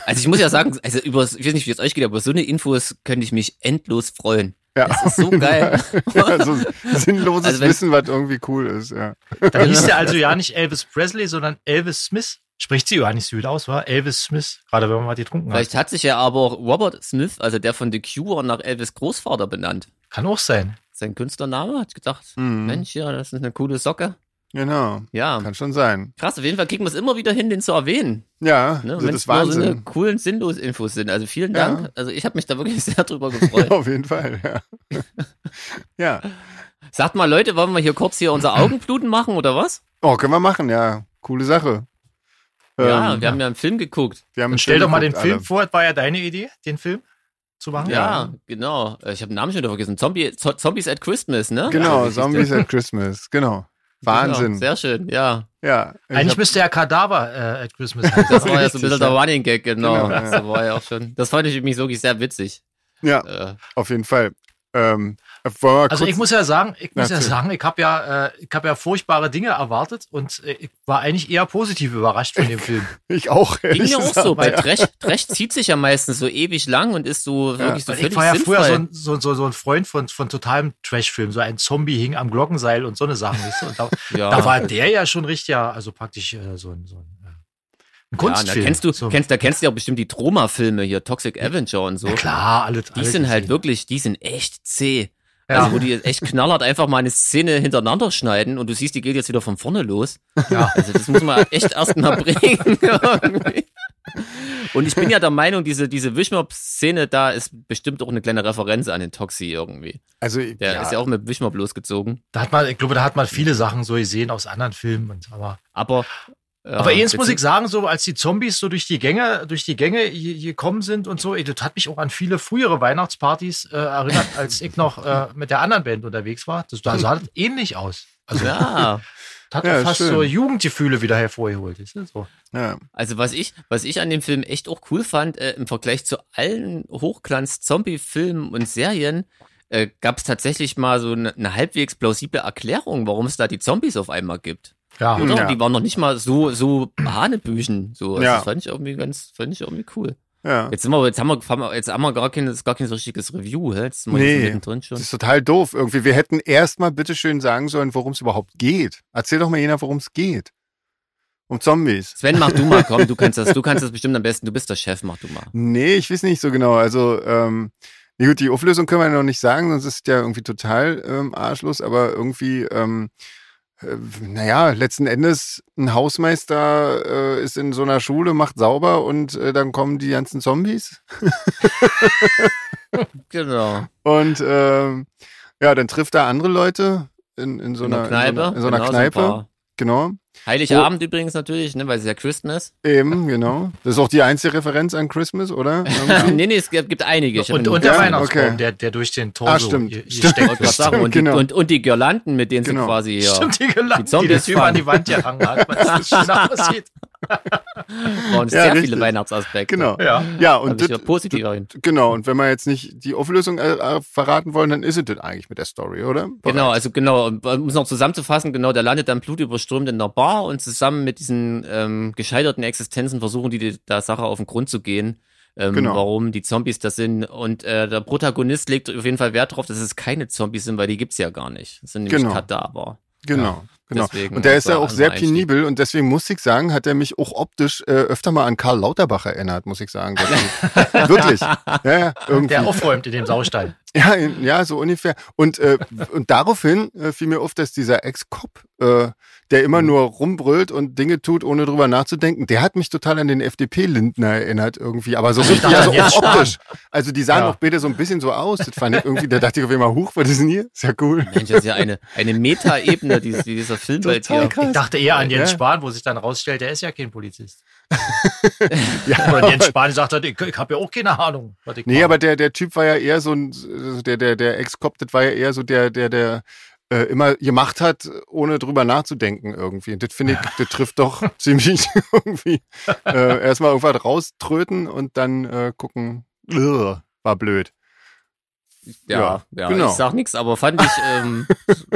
also ich muss ja sagen, also über, ich weiß nicht, wie es euch geht, aber über so eine Infos könnte ich mich endlos freuen.
Ja.
Das ist so geil.
ja, so sinnloses
Also wenn-
Wissen, was irgendwie cool ist. Ja.
Da hieß der also ja nicht Elvis Presley, sondern Elvis Smith. Spricht sie ja nicht so gut aus, war Elvis Smith, gerade wenn man mal getrunken hat.
Vielleicht hat sich ja aber auch Robert Smith, also der von The Cure, nach Elvis Großvater benannt.
Kann auch sein.
Sein Künstlername hat gedacht,
Mhm.
Mensch, ja, das ist eine coole Socke.
Genau.
Ja,
Kann schon sein.
krass, auf jeden Fall kriegen wir es immer wieder hin, den zu erwähnen.
Ja, also,
Ne?
das
Und wenn's
ist
nur so eine
Wahnsinn.
coolen Sinnlos-Infos sind. Also vielen
Ja.
Dank. Also ich habe mich da wirklich sehr drüber gefreut.
Auf jeden Fall, ja. ja.
Sagt mal, Leute, wollen wir hier kurz hier unser Augenbluten machen oder was?
Oh, können wir machen, ja. Coole Sache.
ja,
Ähm,
wir haben ja einen Film geguckt.
wir haben
Und stell doch mal den
geguckt, alle.
Film vor, das war ja deine Idee, den Film zu machen.
Ja, genau. Äh, Ich habe den Namen schon wieder vergessen. Zombie, Zo Zombies at Christmas, ne?
Genau,
Also, die
Zombies at Christmas, genau. Wahnsinn.
Genau, sehr schön, ja.
ja, ich
Eigentlich
hab-
müsste ja Kadaver äh, at Christmas heißen.
Das
oder?
war ja so ein
Richtig,
bisschen der Running Gag, genau.
Genau, ja.
Das war ja auch schon. Das fand ich übrigens wirklich sehr witzig.
ja,
Äh,
auf jeden Fall. Ähm, wollen wir
Also
kurz,
ich muss ja sagen, ich muss ja
Natürlich.
sagen, ich habe ja, äh, ich habe ja furchtbare Dinge erwartet und äh, ich war eigentlich eher positiv überrascht von dem Film.
ich auch.
ging
ehrlich
mir auch
gesagt.
so. Bei Trash, Trash zieht sich ja meistens so ewig lang und ist so wirklich so
Weil
völlig
ich war ja
sinnfrei.
früher so ein, so, so, so ein Freund von, von totalem Trash-Film, so ein Zombie hing am Glockenseil und so eine Sachen. Weißt du? und da,
ja.
da war der ja schon richtig, ja, also praktisch äh, so ein, so ein, äh, ein
ja,
Kunstfilm.
da kennst du,
so,
kennst, da kennst du ja auch bestimmt die Troma-Filme hier, Toxic Avenger und so.
Na klar, alles.
Die
alles
sind halt
gesehen.
wirklich, die sind echt zäh.
Ja.
Also, wo die echt knallhart einfach mal eine Szene hintereinander schneiden und du siehst, die geht jetzt wieder von vorne los.
Ja.
Also, das muss man echt erstmal bringen. irgendwie. und ich bin ja der Meinung, diese, diese Wischmob-Szene da ist bestimmt auch eine kleine Referenz an den Toxi irgendwie.
Also, ich-
Der
ja,
ist ja auch mit Wischmob losgezogen.
Da hat man, ich glaube, da hat man viele Sachen so gesehen aus anderen Filmen. Und, aber
Aber. ja,
Aber eins muss
bezieh-
ich sagen, so als die Zombies so durch die Gänge, durch die Gänge je- je gekommen sind und so, ey, das hat mich auch an viele frühere Weihnachtspartys äh, erinnert, als ich noch äh, mit der anderen Band unterwegs war. Das, da sah das ähnlich aus. Also das
Ja.
hat
Ja,
auch fast
schön.
so Jugendgefühle wieder hervorgeholt. Ist das so?
ja.
Also was ich, was ich an dem Film echt auch cool fand, äh, im Vergleich zu allen Hochglanz-Zombie-Filmen und Serien, äh, gab es tatsächlich mal so eine eine halbwegs plausible Erklärung, warum es da die Zombies auf einmal gibt.
Ja.
Oder?
Hm, Ja.
Und die waren noch nicht mal so, so Hanebüchen. So. Also
Ja.
Das fand ich irgendwie ganz, fand ich irgendwie cool.
ja.
Jetzt sind wir, jetzt haben wir, haben wir jetzt haben wir gar kein, gar kein so richtiges Review, hä? Jetzt sind wir
Nee.
jetzt mittendrin schon.
Das ist total doof. Irgendwie, wir hätten erstmal bitteschön sagen sollen, worum es überhaupt geht. Erzähl doch mal jener, worum es geht. Um Zombies.
Sven, mach du mal, komm, du kannst das, du kannst das bestimmt am besten, du bist der Chef, mach du mal.
Nee, ich weiß nicht so genau. Also, ähm, nee, gut, die Auflösung können wir noch nicht sagen, sonst ist ja irgendwie total ähm, arschlos, aber irgendwie, ähm, äh, naja, letzten Endes, ein Hausmeister äh, ist in so einer Schule, macht sauber und äh, dann kommen die ganzen Zombies.
Genau.
Und ähm, ja, dann trifft er andere Leute in, in so einer, in so einer, in so einer
genau,
Kneipe.
ein paar.
genau.
Heiligabend übrigens natürlich, ne, weil es ist ja Christmas.
Eben, genau. Das ist auch die einzige Referenz an Christmas, oder? Ähm, Irgendwie?
nee, nee, es gibt, gibt einige. Ich hab
Und,
nur-
und der
Ja,
Weihnachtsbaum,
okay.
der, der durch den Tor
Ah,
so
stimmt.
ge-
Stimmt.
Ich wollte
gesteckt
gerade
Stimmt,
sagen, und,
genau.
die, und, und die Girlanden, mit denen
Genau.
sie quasi hier.
Stimmt, die gelandet,
Die
die,
Zombies
das über an
fangen.
die Wand gehangen hat, weil das so schön aussieht.
Ja,
Waren sehr
richtig.
viele Weihnachtsaspekte.
Genau.
Ja.
Ja, und
Und ich
das,
ja positiv erinnert.
Genau, und wenn wir jetzt nicht die Auflösung äh, äh, verraten wollen, dann ist es das eigentlich mit der Story, oder?
Genau, also genau, um es noch zusammenzufassen, genau, der landet dann blutüberströmt in einer Bar und zusammen mit diesen ähm, gescheiterten Existenzen versuchen die, die der Sache auf den Grund zu gehen, ähm,
Genau.
warum die Zombies das sind. Und äh, der Protagonist legt auf jeden Fall Wert darauf, dass es keine Zombies sind, weil die gibt's ja gar nicht. Es sind nämlich
Genau.
Kadaver.
Genau. Genau.
Deswegen,
und der
das
ist ja
war
auch sehr
ein Einstieg.
penibel und deswegen muss ich sagen, hat er mich auch optisch äh, öfter mal an Karl Lauterbach erinnert, muss ich sagen. Wirklich. Ja, ja, irgendwie.
Der aufräumt in dem Saustall.
Ja, in- ja, so ungefähr. Und, äh, und daraufhin äh, fiel mir auf, dass dieser Ex-Cop, äh, der immer nur rumbrüllt und Dinge tut, ohne drüber nachzudenken, der hat mich total an den FDP-Lindner erinnert irgendwie. Aber so richtig,
dachte,
also
jetzt
auch optisch. Also die sahen
Ja.
auch beide so ein bisschen so aus. Das fand ich irgendwie, da dachte ich auf einmal, huch, was ist denn hier? Ist ja cool.
Mensch, das ist ja eine, eine Meta-Ebene, die, die dieser Film bei dir.
Ich dachte eher an Jens
Ja.
Spahn, wo sich dann rausstellt, der ist ja kein Polizist. Oder Jens Spahn sagt, dann, ich, ich habe ja auch keine Ahnung. Was ich
Nee,
mache.
aber der, der Typ war ja eher so ein, also der, der, der Ex-Cop, das war ja eher so der, der, der äh, immer gemacht hat, ohne drüber nachzudenken irgendwie. Und das finde ich, das trifft doch ziemlich irgendwie. Äh, erstmal irgendwas rauströten und dann äh, gucken, Ugh, war blöd.
Ja,
Ja,
ja,
genau.
ich sag nichts, aber fand ich ähm,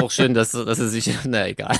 auch schön, dass, dass er sich, na egal.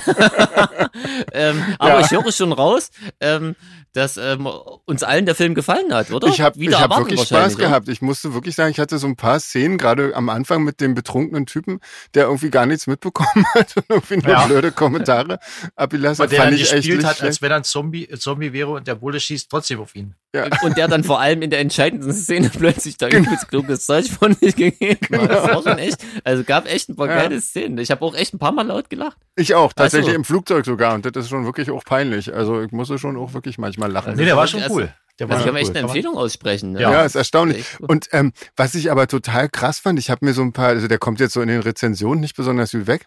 ähm, aber ich höre schon raus, ähm, dass ähm, uns allen der Film gefallen hat, oder?
Ich habe
Wider
hab
erwarten
wirklich
wahrscheinlich,
Spaß
oder?
gehabt. Ich musste wirklich sagen, ich hatte so ein paar Szenen, gerade am Anfang mit dem betrunkenen Typen, der irgendwie gar nichts mitbekommen hat und irgendwie nur
Ja.
blöde Kommentare abgelassen
Aber
hat.
der
Fand
dann
ich echt
gespielt
nicht
hat,
schlecht.
als wenn er ein Zombie, äh, Zombie wäre und der Bulle schießt trotzdem auf ihn.
Und der dann vor allem in der entscheidenden Szene plötzlich da
Genau.
übelst kluges Zeug von sich gegeben hat. Das war schon echt, also gab echt ein paar
Ja.
geile Szenen. Ich habe auch echt ein paar Mal laut gelacht.
Ich auch, tatsächlich
so.
im Flugzeug sogar. Und das ist schon wirklich auch peinlich. Also ich musste schon auch wirklich manchmal lachen.
Also
Nee, der war schon
wirklich
cool. Der war
Also
schon
kann man echt eine
Kann man-
Empfehlung aussprechen. Ne?
ja.
ja.
ist erstaunlich.
Echt gut.
Und ähm, was ich aber total krass fand, ich habe mir so ein paar, also der kommt jetzt so in den Rezensionen nicht besonders viel weg.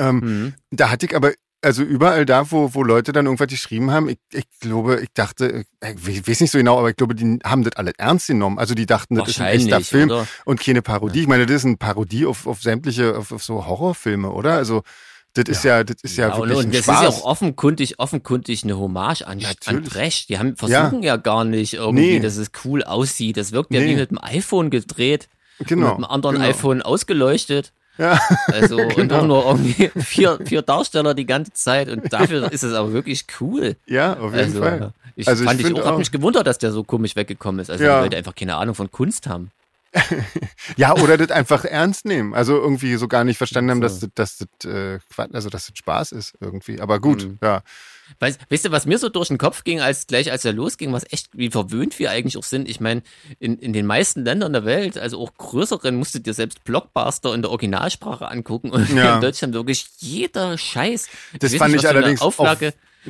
Ähm,
Mhm.
Da hatte ich aber, also überall da, wo, wo Leute dann irgendwas geschrieben haben, ich, ich glaube, ich dachte, ich we- weiß nicht so genau, aber ich glaube, die haben das alle ernst genommen. Also die dachten, das ist ein echter
Wahrscheinlich,
Film
oder?
und keine Parodie. Ich meine, das ist eine Parodie auf, auf sämtliche, auf, auf so Horrorfilme, oder? Also das ist ja, das ist ja,
Ja, und,
wirklich ein
und das
Spaß.
ist ja auch offenkundig, offenkundig eine Hommage an, an
Natürlich.
Brecht. Die haben, versuchen ja. gar nicht irgendwie,
Nee.
dass es cool aussieht. Das wirkt ja
Nee.
wie mit dem iPhone gedreht,
genau,
mit einem anderen
genau.
iPhone ausgeleuchtet.
Ja.
Also und
Genau.
auch nur irgendwie vier, vier Darsteller die ganze Zeit und dafür ist es aber wirklich cool.
Ja, auf jeden
Also
Fall.
ich
Also ich
fand ich,
find
auch, hab
auch-
mich gewundert, dass der so komisch weggekommen ist. Also
Ja.
die Leute einfach keine Ahnung von Kunst haben.
Ja, oder das einfach ernst nehmen. Also irgendwie so gar nicht verstanden haben, dass
So.
das, dass das, äh, Quatsch, also dass das Spaß ist irgendwie. Aber gut,
Mhm.
ja.
Weißt, weißt du, was mir so durch den Kopf ging, als gleich als er losging, was echt, wie verwöhnt wir eigentlich auch sind. Ich meine, in, in den meisten Ländern der Welt, also auch größeren, musst du dir selbst Blockbuster in der Originalsprache angucken und
Ja.
in Deutschland wirklich jeder Scheiß.
Das
weiß
fand
nicht,
ich
was für eine
allerdings
Auflage.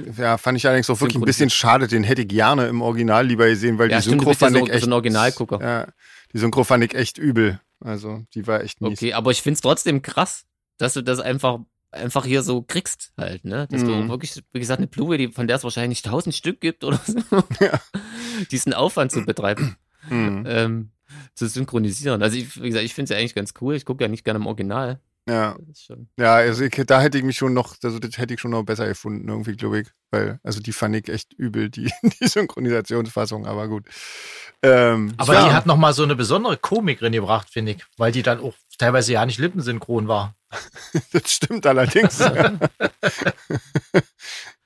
Auf, ja, fand ich allerdings auch wirklich ein
Synchron-
bisschen schade. Den hätte ich gerne im Original lieber gesehen, weil
Ja,
die
stimmt, du
Synchro
bist ja
fand
so,
ich echt.
so ein Originalgucker.
Ja, die Synchro fand ich echt übel. Also die war echt mies.
Okay, aber ich find's trotzdem krass, dass du das einfach, einfach hier so kriegst halt, ne? Dass du
Mhm.
auch wirklich, wie gesagt, eine Blume, die, von der es wahrscheinlich tausend Stück gibt oder so,
Ja.
diesen Aufwand zu betreiben,
Hm,
ähm, zu synchronisieren. Also ich, wie gesagt, ich find's ja eigentlich ganz cool. Ich gucke ja nicht gerne im Original.
ja,
Das ist schon.
ja also ich, da hätte ich mich schon noch, also das hätte ich schon noch besser gefunden, irgendwie, glaube ich. Weil, also die fand ich echt übel, die, die Synchronisationsfassung, aber gut. Ähm,
Aber
ja.
die hat nochmal so eine besondere Komik reingebracht, finde ich, weil die dann auch teilweise ja nicht lippensynchron war.
Das stimmt allerdings. ja,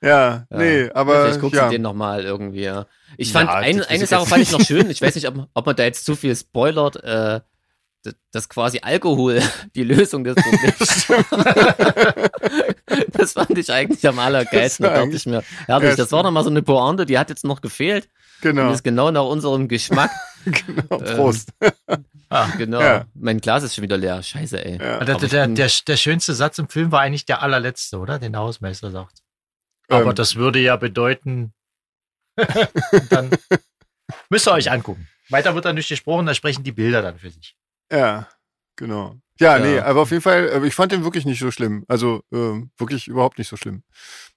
Ja.
nee,
Ja,
aber.
Vielleicht guckst
ja.
du den nochmal irgendwie. ja. Ich
Ja,
fand,
das
ein,
weiß
eine
ich
Sache
jetzt
fand ich noch schön. Ich weiß nicht, ob, ob man da jetzt zu viel spoilert, äh, d- dass quasi Alkohol die Lösung des Problems war. Das fand ich eigentlich am allergeilsten.
Das
Da
war
dachte ich mir, herrlich, das
erst-
war nochmal so eine Pointe, die hat jetzt noch gefehlt. Und
Genau,
ist genau nach unserem Geschmack.
genau.
äh,
Prost.
Genau.
Ja.
Mein Glas ist schon wieder leer. Scheiße, ey.
Ja.
Der,
Aber ich
der,
bin-
der, der schönste Satz im Film war eigentlich der allerletzte, oder? Den der Hausmeister sagt. Aber
Ähm,
das würde ja bedeuten, dann müsst ihr euch angucken. Weiter wird da nicht gesprochen, da sprechen die Bilder dann für sich.
Ja, genau. Ja,
Ja.
nee, aber auf jeden Fall, äh, ich fand den wirklich nicht so schlimm. Also ähm, wirklich überhaupt nicht so schlimm.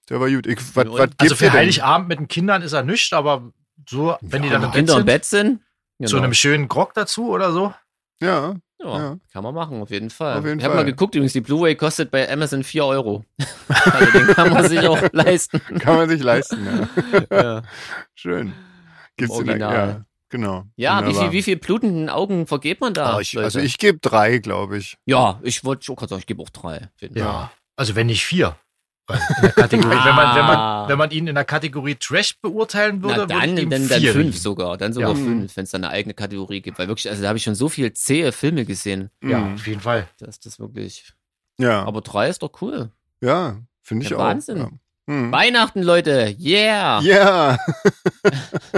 Der war gut. Ich, wat,
Und-
wat
Also
gebt ihr
für
denn?
Heiligabend mit den Kindern ist er nichts, aber so, wenn die
Ja,
dann im Bett
Kinder im
sind,
Bett sind. Genau.
zu einem schönen Grog dazu oder so.
Ja,
Ja,
Ja.
kann man machen, auf jeden Fall.
Auf jeden
ich habe
Fall.
mal geguckt, übrigens, die Blu-ray kostet bei Amazon 4 Euro. also den kann man sich auch leisten.
kann man sich leisten. Ja.
ja,
Schön. Gibt's den
Original.
ja, genau.
ja wie,
Wunderbar.
viel, wie viel blutenden Augen vergeht man da?
Oh, ich,
Leute?
also ich gebe drei, glaube ich.
ja, ich wollte schon gerade sagen, ich gebe auch drei. auf jeden Fall.
Ja, also wenn nicht vier. Weil In der Kategorie, wenn, man, wenn, man, wenn man ihn in der Kategorie Trash beurteilen würde,
Ah. Na dann,
würde ich ihm
dann, dann
vier
fünf
geben.
sogar, dann sogar
Ja.
Mhm.
fünf, wenn es dann eine eigene Kategorie gibt. Weil wirklich, also da habe ich schon so viel zähe Filme gesehen,
Ja,
Mhm.
auf jeden Fall.
dass das wirklich.
Ja,
Aber drei ist doch cool.
ja finde ich
Der
auch.
Wahnsinn.
Ja. Mhm.
Weihnachten, Leute, yeah!
Ja.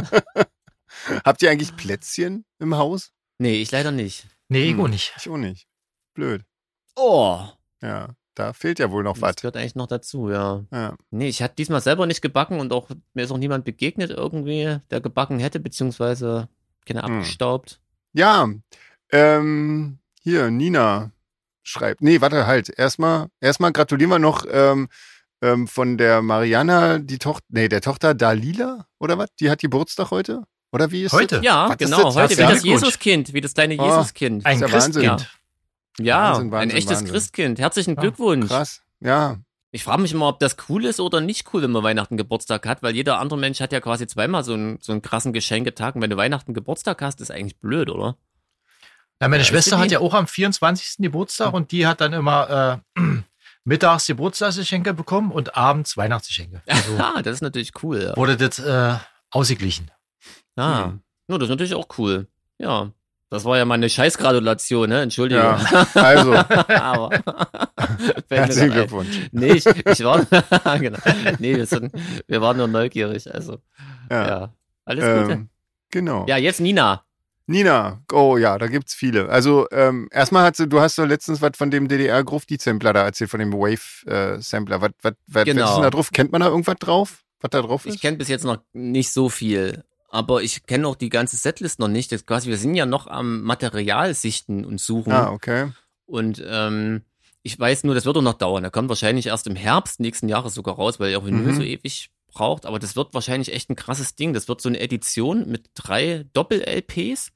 Habt ihr eigentlich Plätzchen im Haus?
Nee, ich leider nicht.
Nee,
Hm.
Ego nicht.
Ich auch nicht. Blöd.
Oh,
Ja, da fehlt ja wohl noch was.
das gehört eigentlich noch dazu, ja.
Ja.
Nee, ich hatte diesmal selber nicht gebacken und auch mir ist auch niemand begegnet irgendwie, der gebacken hätte, beziehungsweise keine
Hm.
abgestaubt.
Ja, ähm, hier, Nina schreibt. Nee, warte, halt. Erstmal, erstmal gratulieren wir noch ähm, ähm, von der Mariana, die Tochter, nee, der Tochter Dalila, oder was? Die hat Geburtstag heute? Oder wie ist
Heute?
Ja,
Was ist
genau,
jetzt?
heute wie
Ja,
das
gut.
Jesuskind, wie das kleine
Oh,
Jesuskind.
Ein
ja Wahnsinn.
Christkind.
Ja,
Wahnsinn, Wahnsinn,
ein echtes
Wahnsinn.
Christkind. Herzlichen
Ja,
Glückwunsch.
das? Krass. Ja,
Ich frage mich immer, ob das cool ist oder nicht cool, wenn man Weihnachten Geburtstag hat, weil jeder andere Mensch hat ja quasi zweimal so einen, so einen krassen Geschenketag. Und wenn du Weihnachten Geburtstag hast, ist eigentlich blöd, oder?
Ja, meine
Ja,
Schwester
ist
hat
die-
ja auch am 24. Geburtstag und die hat dann immer äh, mittags Geburtstagsgeschenke bekommen und abends Weihnachtsgeschenke. Also
Ah, das ist natürlich cool. Ja.
wurde das äh, ausgeglichen.
Ah,
Hm.
nur das ist natürlich auch cool. Ja. Das war ja mal eine Scheißgradulation, ne? Entschuldigung.
ja. Also,
Aber.
herzlichen Glückwunsch.
Nee, ich, ich war. genau. Nee, wir, sind, wir waren nur neugierig. Also, ja.
Ja,
Alles Gute.
ähm, genau.
Ja, jetzt Nina.
Nina, oh ja, da gibt's viele. Also ähm, erstmal hast du, du hast doch letztens was von dem ddr grufti sampler da erzählt, von dem Wave-Sampler. was, was, was,
Genau.
was ist denn da drauf? Kennt man da irgendwas drauf? Was da drauf
Ich
ist?
kenne bis jetzt noch nicht so viel. Aber ich kenne auch die ganze Setlist noch nicht. Das quasi, wir sind ja noch am Material sichten und suchen.
Ah, okay.
Und ähm, ich weiß nur, das wird auch noch dauern. Der kommt wahrscheinlich erst im Herbst nächsten Jahres sogar raus, weil er auch Vinyl
Mhm.
so ewig braucht. Aber das wird wahrscheinlich echt ein krasses Ding. Das wird so eine Edition mit drei Doppel-LPs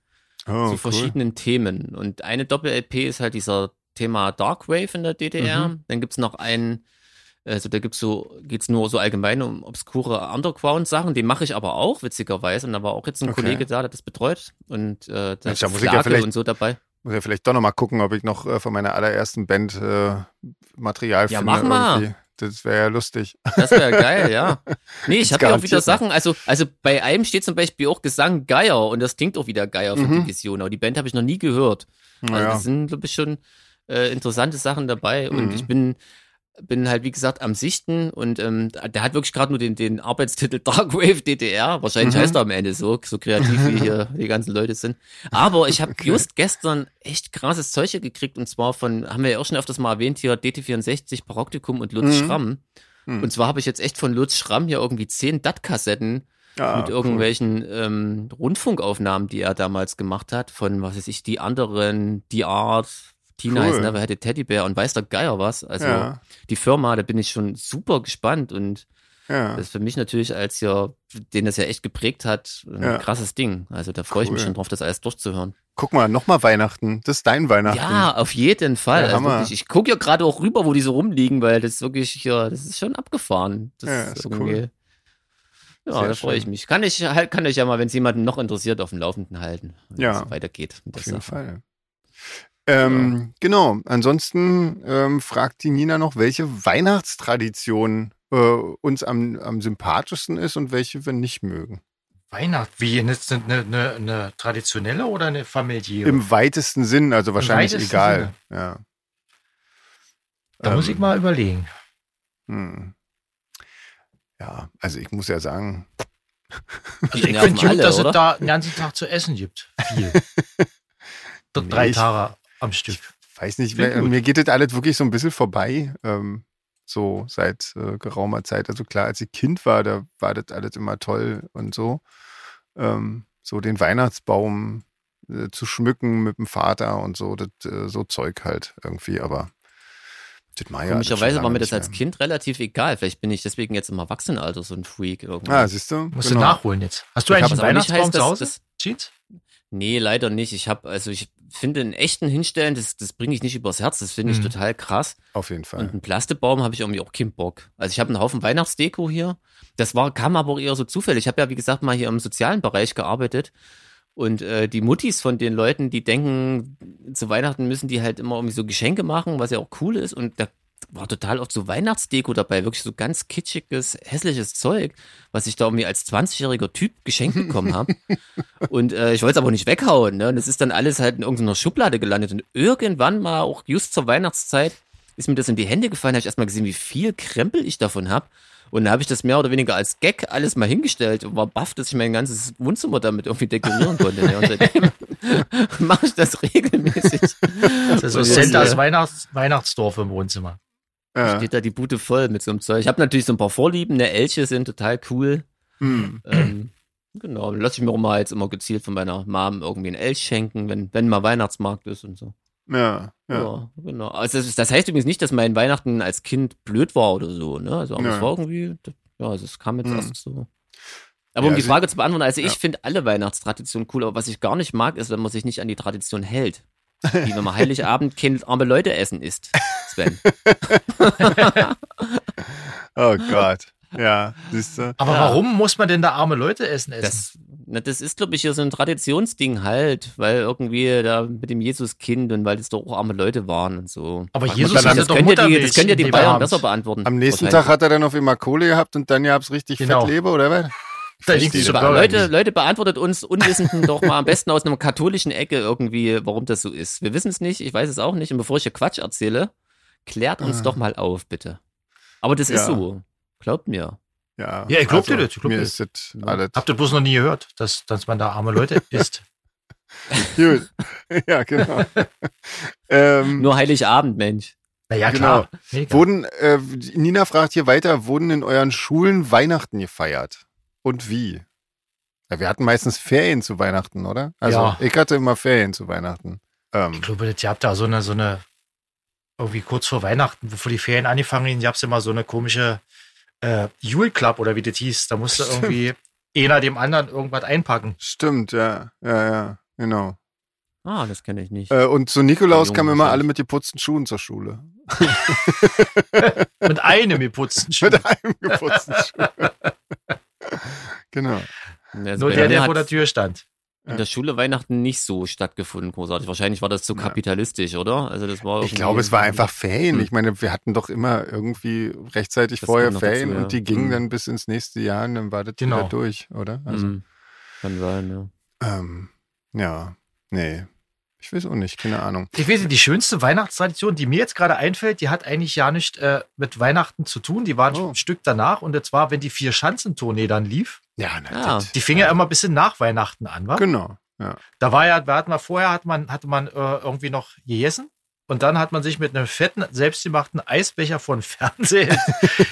Oh,
zu verschiedenen Themen. Und eine Doppel-LP ist halt dieser Thema Darkwave in der DDR.
Mhm.
Dann gibt's noch einen, also da gibt's so, geht's nur so allgemein um obskure Underground-Sachen. Den mache ich aber auch, witzigerweise. Und da war auch jetzt ein
Okay.
Kollege da, der das betreut. Und äh, da
Mensch,
ist
da muss ich ja
Flake
vielleicht-
und so dabei.
Muss ja vielleicht doch nochmal gucken, ob ich noch äh, von meiner allerersten Band äh, Material
Ja,
finde.
mach mal.
irgendwie. Das wäre ja lustig.
Das wäre geil, ja. Nee, ich
Gibt's
habe ja auch
garantiert
wieder
noch.
Sachen, also, also bei einem steht zum Beispiel auch Gesang Geier und das klingt auch wieder Geier von
Mhm.
Division, aber die Band habe ich noch nie gehört. Also
Naja.
das sind, glaube ich, schon äh, interessante Sachen dabei
Mhm.
und ich bin bin halt, wie gesagt, am Sichten und ähm, der hat wirklich gerade nur den, den Arbeitstitel Darkwave DDR. Wahrscheinlich
Mhm.
heißt er am Ende so, so kreativ wie hier die ganzen Leute sind. Aber ich habe just gestern echt krasses Zeug hier gekriegt und zwar von, haben wir ja auch schon öfters mal erwähnt hier, DT64, Paroktikum und Lutz
Mhm.
Schramm.
Mhm.
Und zwar habe ich jetzt echt von Lutz Schramm hier irgendwie zehn DAT-Kassetten
Ah,
mit irgendwelchen ähm, Rundfunkaufnahmen, die er damals gemacht hat, von, was weiß ich, die anderen, die Art, Tina
Cool.
heißt, ne, wer hätte Teddybär und weiß der Geier was. Also
Ja.
die Firma, da bin ich schon super gespannt und
Cool. Ja.
das ist für mich natürlich als ja, den das ja echt geprägt hat, ein
Ja.
krasses Ding. Also da freue ich mich
Cool.
schon drauf, das alles durchzuhören.
Guck mal, nochmal Weihnachten. Das ist dein Weihnachten.
Ja, auf jeden Fall.
Ja,
also
Hammer.
wirklich, ich gucke ja gerade auch rüber, wo die so rumliegen, weil das wirklich hier, das ist schon abgefahren. Das
Ja,
ist
ist
irgendwie.
cool.
Ja,
Sehr
da freue ich
schön.
mich. Kann ich halt, kann euch ja mal, wenn es jemanden noch interessiert, auf dem Laufenden halten, wenn
Ja.
es weitergeht. Mit der
Auf jeden
Sache.
Fall. Ähm, Genau. Ansonsten ähm, fragt die Nina noch, welche Weihnachtstradition äh, uns am, am sympathischsten ist und welche wir nicht mögen.
Weihnachten, wie eine, eine, eine, eine traditionelle oder eine familiäre?
Im weitesten Sinn, also wahrscheinlich
weitesten
egal. Ja.
da muss
Ähm,
ich mal überlegen.
hm. Ja, also ich muss ja sagen,
Die
Also ich
nerven
finde gut,
alle,
dass
oder?
es da den ganzen Tag zu essen gibt. Viel. Dr-
Nee,
Drei
ich-
Tage am Stück.
weiß nicht,
Klingt
mir,
gut.
mir geht das alles wirklich so ein bisschen vorbei, ähm, so seit äh, geraumer Zeit. Also klar, als ich Kind war, da war das alles immer toll und so. Ähm, so den Weihnachtsbaum äh, zu schmücken mit dem Vater und so, das, äh, so Zeug halt irgendwie, aber das mach ich ja alles schon
Komischerweise war
lange
mir das
nicht
als
mehr.
Kind relativ egal. Vielleicht bin ich deswegen jetzt im Erwachsenenalter so ein Freak irgendwie.
Ah, siehst du?
Musst
Genau.
du nachholen jetzt. Hast du
Ich hab es
eigentlich einen
aber nicht
Weihnachtsbaum
heißt,
zu
dass-
Hause?
dass-
Jeans?
Nee, leider nicht. Ich habe, also ich finde einen echten Hinstellen, das, das bringe ich nicht übers Herz, das finde ich
Mhm.
total krass.
Auf jeden Fall.
Und einen Plastebaum habe ich irgendwie auch keinen Bock. Also ich habe einen Haufen Weihnachtsdeko hier. Das war, kam aber auch eher so zufällig. Ich habe ja, wie gesagt, mal hier im sozialen Bereich gearbeitet. Und äh, die Muttis von den Leuten, die denken, zu Weihnachten müssen die halt immer irgendwie so Geschenke machen, was ja auch cool ist. Und da war total oft so Weihnachtsdeko dabei, wirklich so ganz kitschiges, hässliches Zeug, was ich da irgendwie als 20-jähriger Typ geschenkt bekommen habe. Und äh, ich wollte es aber nicht weghauen. Ne? Und es ist dann alles halt in irgendeiner Schublade gelandet. Und irgendwann mal, auch just zur Weihnachtszeit, ist mir das in die Hände gefallen. Habe ich erstmal gesehen, wie viel Krempel ich davon habe. Und dann habe ich das mehr oder weniger als Gag alles mal hingestellt und war baff, dass ich mein ganzes Wohnzimmer damit irgendwie dekorieren konnte. Ne? Und seitdem mache ich das regelmäßig.
Das ist so
Und jetzt,
Santas
äh,
Weihnachts Weihnachtsdorf im Wohnzimmer.
Ja.
steht da die Bude voll mit so einem Zeug. Ich habe natürlich so ein paar Vorlieben. Ne? Elche sind total cool.
Hm.
Ähm, genau, dann lasse ich mir auch mal jetzt immer gezielt von meiner Mom irgendwie einen Elch schenken, wenn, wenn mal Weihnachtsmarkt ist und so.
ja,
Ja,
ja.
genau. Also das, ist- das heißt übrigens nicht, dass mein Weihnachten als Kind blöd war oder so, ne? Also aber es
Nö.
war irgendwie, das- ja, also es kam jetzt
Hm.
erst so. Aber
Ja,
um die
also-
Frage zu beantworten, also
ja.
ich finde alle Weihnachtstraditionen cool, aber was ich gar nicht mag, ist, wenn man sich nicht an die Tradition hält. Wie wenn man Heiligabend Kind arme Leute essen isst, Sven.
Oh Gott. Ja, siehst du?
Aber
Ja.
warum muss man denn da arme Leute essen essen?
Das, na, das ist, glaube ich, hier so ein Traditionsding halt, weil irgendwie da mit dem Jesuskind und weil das doch auch arme Leute waren und so.
Aber
Frag
Jesus
mich dann,
ist ja
das
doch
könnt ihr die, das
Muttermilch,
könnt ihr die
lieber
Bayern
Abend.
besser beantworten.
Am nächsten Tag
wahrscheinlich.
hat er dann auf immer Kohle gehabt und dann gab's richtig
Genau.
Fettleber, oder was?
da
verstehe
liegt so
das.
Be-
Burger
Leute,
King.
Leute, beantwortet uns Unwissenden doch mal am besten aus einer katholischen Ecke irgendwie, warum das so ist. Wir wissen es nicht, ich weiß es auch nicht. Und bevor ich hier Quatsch erzähle, klärt uns
Ah.
doch mal auf, bitte. Aber das ist
Ja.
so. Glaubt mir.
Ja, also
Ja, ich glaub dir das, ich glaub
mir
dir
ist das alles.
Habt ihr bloß noch nie gehört, dass, dass man da arme Leute isst?
Gut. Ja, genau. ähm,
Nur Heiligabend, Mensch.
Naja,
Genau.
klar. Mega.
wurden, äh, Nina fragt hier weiter, wurden in euren Schulen Weihnachten gefeiert? Und wie? Ja, wir hatten meistens Ferien zu Weihnachten, oder? Also
Ja.
ich hatte immer Ferien zu Weihnachten. Ähm,
Ich glaube, ihr habt da so eine, so eine, irgendwie kurz vor Weihnachten, bevor die Ferien angefangen haben, ihr habt immer so eine komische äh, Jule Club oder wie das hieß. Da musste
Stimmt.
irgendwie einer dem anderen irgendwas einpacken.
stimmt, ja. Ja, ja, genau.
Ah, das kenne ich nicht.
Äh, und zu Nikolaus
Jungen
kamen immer
wahrscheinlich.
alle mit geputzten Schuhen zur Schule.
Mit einem geputzten Schuh.
Mit einem geputzten Schuh. genau.
Also
Nur
bei
der,
mir
der
hat
vor der Tür stand.
in der Schule Weihnachten nicht so stattgefunden, großartig. Wahrscheinlich war das zu
Ja.
kapitalistisch, oder? Also das war
Ich
irgendwie-
glaube, es war einfach Ferien.
Hm.
Ich meine, wir hatten doch immer irgendwie rechtzeitig
Das
vorher
kommt noch dazu,
Ferien
ja.
und die gingen
Hm.
dann bis ins nächste Jahr und dann war das
Genau.
wieder Also, durch, oder? Also,
Mhm. Kann sein, ja.
ähm, ja, nee. Ich weiß auch nicht, keine Ahnung.
Ich weiß nicht, die schönste Weihnachtstradition, die mir jetzt gerade einfällt, die hat eigentlich ja nicht äh, mit Weihnachten zu tun. Die war ein
Oh.
Stück danach und das war, wenn die Vier-Schanzentournee dann lief.
Ja, na,
Ah.
das-
Die fing ja immer ein bisschen nach Weihnachten an, wa?
Genau. Ja.
Da war ja, da hat man vorher hat man, hatte man äh, irgendwie noch gegessen und dann hat man sich mit einem fetten, selbstgemachten Eisbecher vor den Fernseher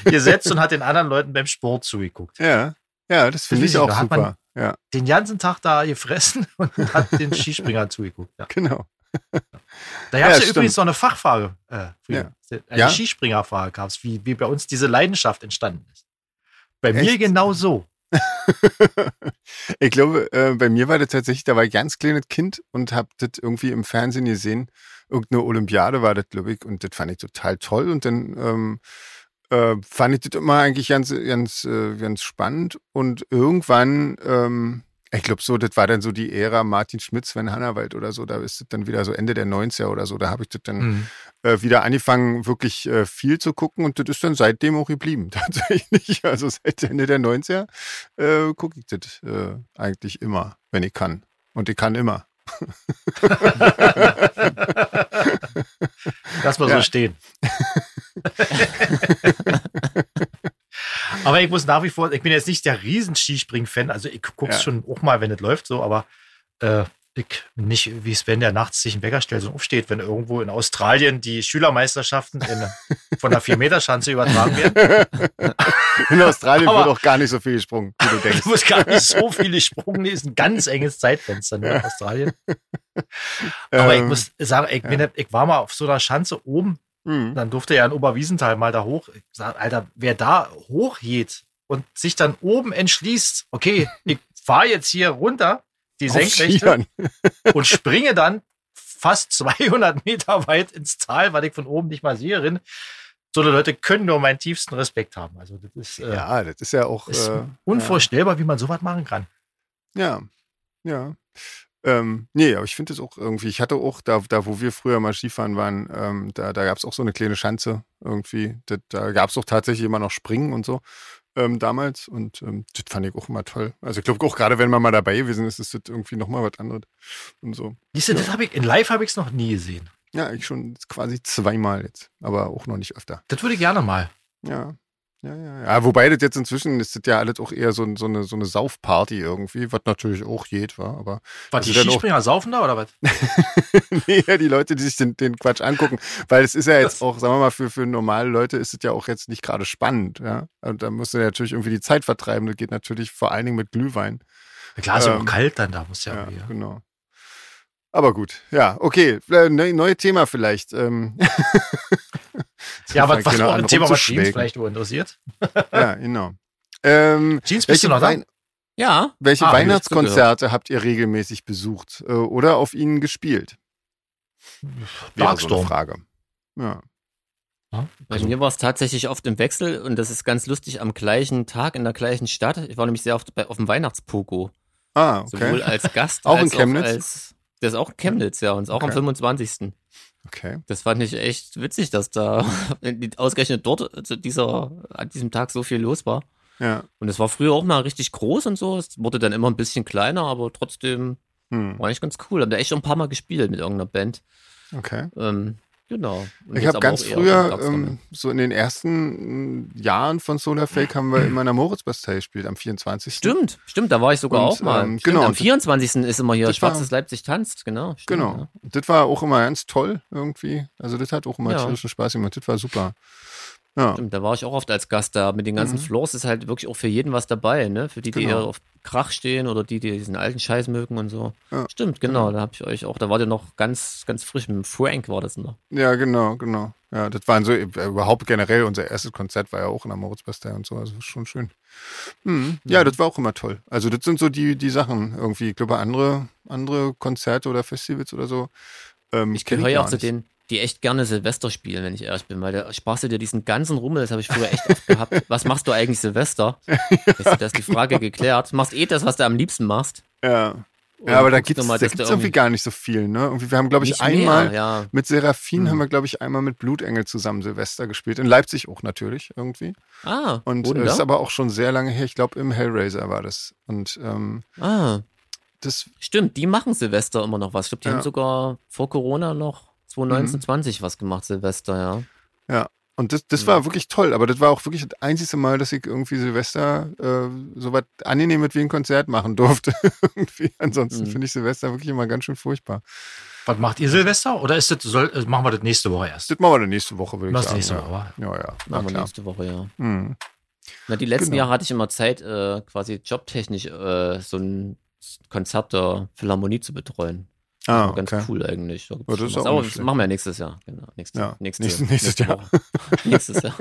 gesetzt und hat den anderen Leuten beim Sport zugeguckt.
Ja, ja das finde
weiß
ich
ich,
auch
da hat man-
super. Ja,
Den ganzen Tag da gefressen und hat den Skispringern zugeguckt. Ja.
genau.
Da gab es
Ja,
ja,
stimmt.
übrigens noch eine Fachfrage. Äh, früher. Eine
Ja?
Skispringerfrage gab es, wie, wie bei uns diese Leidenschaft entstanden ist. Bei mir
Echt?
genau so.
ich glaube, äh, bei mir war das tatsächlich, da war ich ganz kleines Kind und habe das irgendwie im Fernsehen gesehen. Irgendeine Olympiade war das, glaube ich, und das fand ich total toll. Und dann ähm, äh, fand ich das immer eigentlich ganz, ganz, äh, ganz spannend. Und irgendwann, ähm, ich glaube so, das war dann so die Ära Martin Schmitz, Sven Hannawald oder so, da ist das dann wieder so Ende der 90er oder so, da habe ich das dann äh, wieder angefangen, wirklich äh, viel zu gucken und das ist dann seitdem auch geblieben, tatsächlich. Also seit Ende der 90er äh, gucke ich das äh, eigentlich immer, wenn ich kann. Und ich kann immer.
Lass mal
Ja.
so stehen. aber ich muss nach wie vor, ich bin jetzt nicht der riesen Skispring-Fan, also ich gucke es
Ja.
schon auch mal, wenn es läuft, so, aber äh, ich nicht, wie Sven, der nachts sich einen Wecker stellt und aufsteht, wenn irgendwo in Australien die Schülermeisterschaften in, von der Vier-Meter-Schanze übertragen werden.
In Australien
Aber-
wird auch gar nicht so viel gesprungen, wie du denkst.
Du musst gar nicht so viele Sprungen, nee, ist ein ganz enges Zeitfenster ne, in Australien. Aber ich
Ähm,
muss sagen, ich, bin, ich war mal auf so einer Schanze oben
mh.
Dann durfte er in Oberwiesenthal mal da hoch. Ich sag, Alter, wer da hochgeht und sich dann oben entschließt, okay, ich fahre jetzt hier runter, die
Auf
Senkrechte,
Skiern.
und springe dann fast 200 Meter weit ins Tal, weil ich von oben nicht mal sehe. Rin. So eine Leute können nur meinen tiefsten Respekt haben. Also das ist, äh,
Ja, das ist ja auch.
ist
äh,
unvorstellbar, wie man sowas machen kann.
Ja, ja. Ähm, nee, aber ich finde es auch irgendwie, ich hatte auch, da, da wo wir früher mal Skifahren waren, ähm, da, da gab es auch so eine kleine Schanze irgendwie. Da, da gab es auch tatsächlich immer noch Springen und so ähm, damals. Und ähm, das fand ich auch immer toll. Also ich glaube auch gerade, wenn man mal dabei gewesen ist, ist das irgendwie nochmal was anderes und so.
Siehst du, das hab ich, in Live habe ich es noch nie gesehen.
Ja, ich schon quasi zweimal jetzt, aber auch noch nicht öfter.
Das würde ich gerne mal.
Ja. Ja, ja, ja. Wobei das jetzt inzwischen ist das ja alles auch eher so, ein- so, eine, so eine Saufparty irgendwie, was natürlich auch geht, war, aber
Was,
Also
die
dann auch-
Skispringer saufen da oder was?
nee, ja, die Leute, die sich den, den Quatsch angucken. Weil es ist ja jetzt auch, sagen wir mal, für, für normale Leute ist es ja auch jetzt nicht gerade spannend. Ja? Und da musst du natürlich irgendwie die Zeit vertreiben. Das geht natürlich vor allen Dingen mit Glühwein.
Klar, ist ja auch
Ähm,
kalt dann da, muss ja,
Ja,
irgendwie, ja.
genau. Aber gut, ja, okay. äh, Ne, neues Thema vielleicht. Ähm.
Ja, was,
Fängt
was
genau
auch
an,
ein Thema, was Jeans
rumzuschwelgen.
vielleicht nur interessiert?
Ja, genau. Ähm,
Jeans, bist
welche
du noch da?
Wein-
Ja,
welche
Ah, hab ich
Weihnachtskonzerte habt ihr regelmäßig besucht äh, oder auf ihnen gespielt? Wäre so eine
Darkstorm.
Frage. Ja.
bei
Also-
mir war es tatsächlich oft im Wechsel und das ist ganz lustig am gleichen Tag in der gleichen Stadt. Ich war nämlich sehr oft bei, auf dem Weihnachtspoko.
Ah, okay.
Sowohl als Gast
Auch in
als
Chemnitz?
Auch als, das ist auch in Chemnitz, ja, und ist auch am
Okay.
25.
okay.
Das fand ich echt witzig, dass da ausgerechnet dort zu dieser, an diesem Tag so viel los war.
Ja.
Und es war früher auch mal richtig groß und so. Es wurde dann immer ein bisschen kleiner, aber trotzdem
Hm.
war eigentlich ganz cool. Haben da echt schon ein paar Mal gespielt mit irgendeiner Band.
Okay.
Ähm, genau. Und
Ich
jetzt
habe
aber
ganz
auch eher auf dem
früher,
Dachs-
ähm, so in den ersten äh, Jahren von Solar Fake, haben wir immer in der Moritzbastei gespielt, am 24.
Stimmt, stimmt, da war ich sogar
Und,
auch mal.
ähm,
stimmt,
genau,
am
das-
24. ist immer hier
das war-
Schwarzes Leipzig tanzt, genau. Stimmt,
Genau.
ja.
Und Das war auch immer ganz toll irgendwie. Also, das hat auch immer
Ja.
tierischen Spaß gemacht. Das war super. Ja,
Stimmt, da war ich auch oft als Gast da. Mit den ganzen
Mhm.
Floors ist halt wirklich auch für jeden was dabei, ne? Für die, die
Genau.
eher auf Krach stehen oder die, die diesen alten Scheiß mögen und so.
Ja.
Stimmt, genau, da hab ich euch auch, da wart ihr noch ganz, ganz frisch. Mit dem Frank war das noch.
ja genau, genau. Ja, das waren so äh, überhaupt generell unser erstes Konzert war ja auch in der Moritzbastei und so. Also, das ist schon schön. Hm. Ja, das war auch immer toll. Also, das sind so die, die Sachen irgendwie. Ich glaube, andere, andere Konzerte oder Festivals oder so. Ähm,
Ich
kenn
gehöre ja
gar
auch zu
nicht.
denen, die echt gerne Silvester spielen, wenn ich ehrlich bin, weil da sparst du dir diesen ganzen Rummel, das habe ich früher echt oft gehabt. Was machst du eigentlich Silvester? Weißt du, da ist die Frage geklärt. Machst eh das, was du am liebsten machst.
Ja.
Und
Ja, aber da
guckst
gibt es
noch mal,
da
dass du
gibt's irgendwie gar nicht so viel, ne? Irgendwie, wir haben, glaube ich,
nicht
einmal
Mehr, ja.
mit Seraphin
Hm.
haben wir, glaube ich, einmal mit Blutengel zusammen Silvester gespielt. In Leipzig auch natürlich irgendwie.
Ah,
Und
wurden
äh, ist
da?
aber auch schon sehr lange her. Ich glaube, im Hellraiser war das. Und ähm,
Ah,
das,
Stimmt, die machen Silvester immer noch was. Ich glaube, die
Ja. Mhm.
haben sogar vor Corona noch 2019, 20 was gemacht, Silvester, ja.
und das, das
Ja.
war wirklich toll, aber das war auch wirklich das einzige Mal, dass ich irgendwie Silvester äh, so was Angenehmes wie ein Konzert machen durfte. irgendwie. Ansonsten
Mhm.
finde ich Silvester wirklich immer ganz schön furchtbar.
Was macht ihr Silvester? Oder ist das, soll, äh, machen wir das nächste Woche erst?
Das machen wir dann nächste Woche, würde ich
Das
sagen.
nächste
ja.
Woche. wa?
Ja, ja. Na
Machen wir
klar.
nächste Woche, ja.
Mhm.
Na, die letzten
Genau.
Jahre hatte ich immer Zeit, äh, quasi jobtechnisch äh, so ein Konzert der Philharmonie zu betreuen.
Ah,
Ganz
okay.
cool eigentlich. Da gibt's
Ja, das
schon
ist
was.
auch
Aber
nicht
das
schlecht.
machen wir ja nächstes Jahr. Genau, nächste,
Ja,
nächste,
nächstes- nächstes Jahr.
Woche. nächstes Jahr.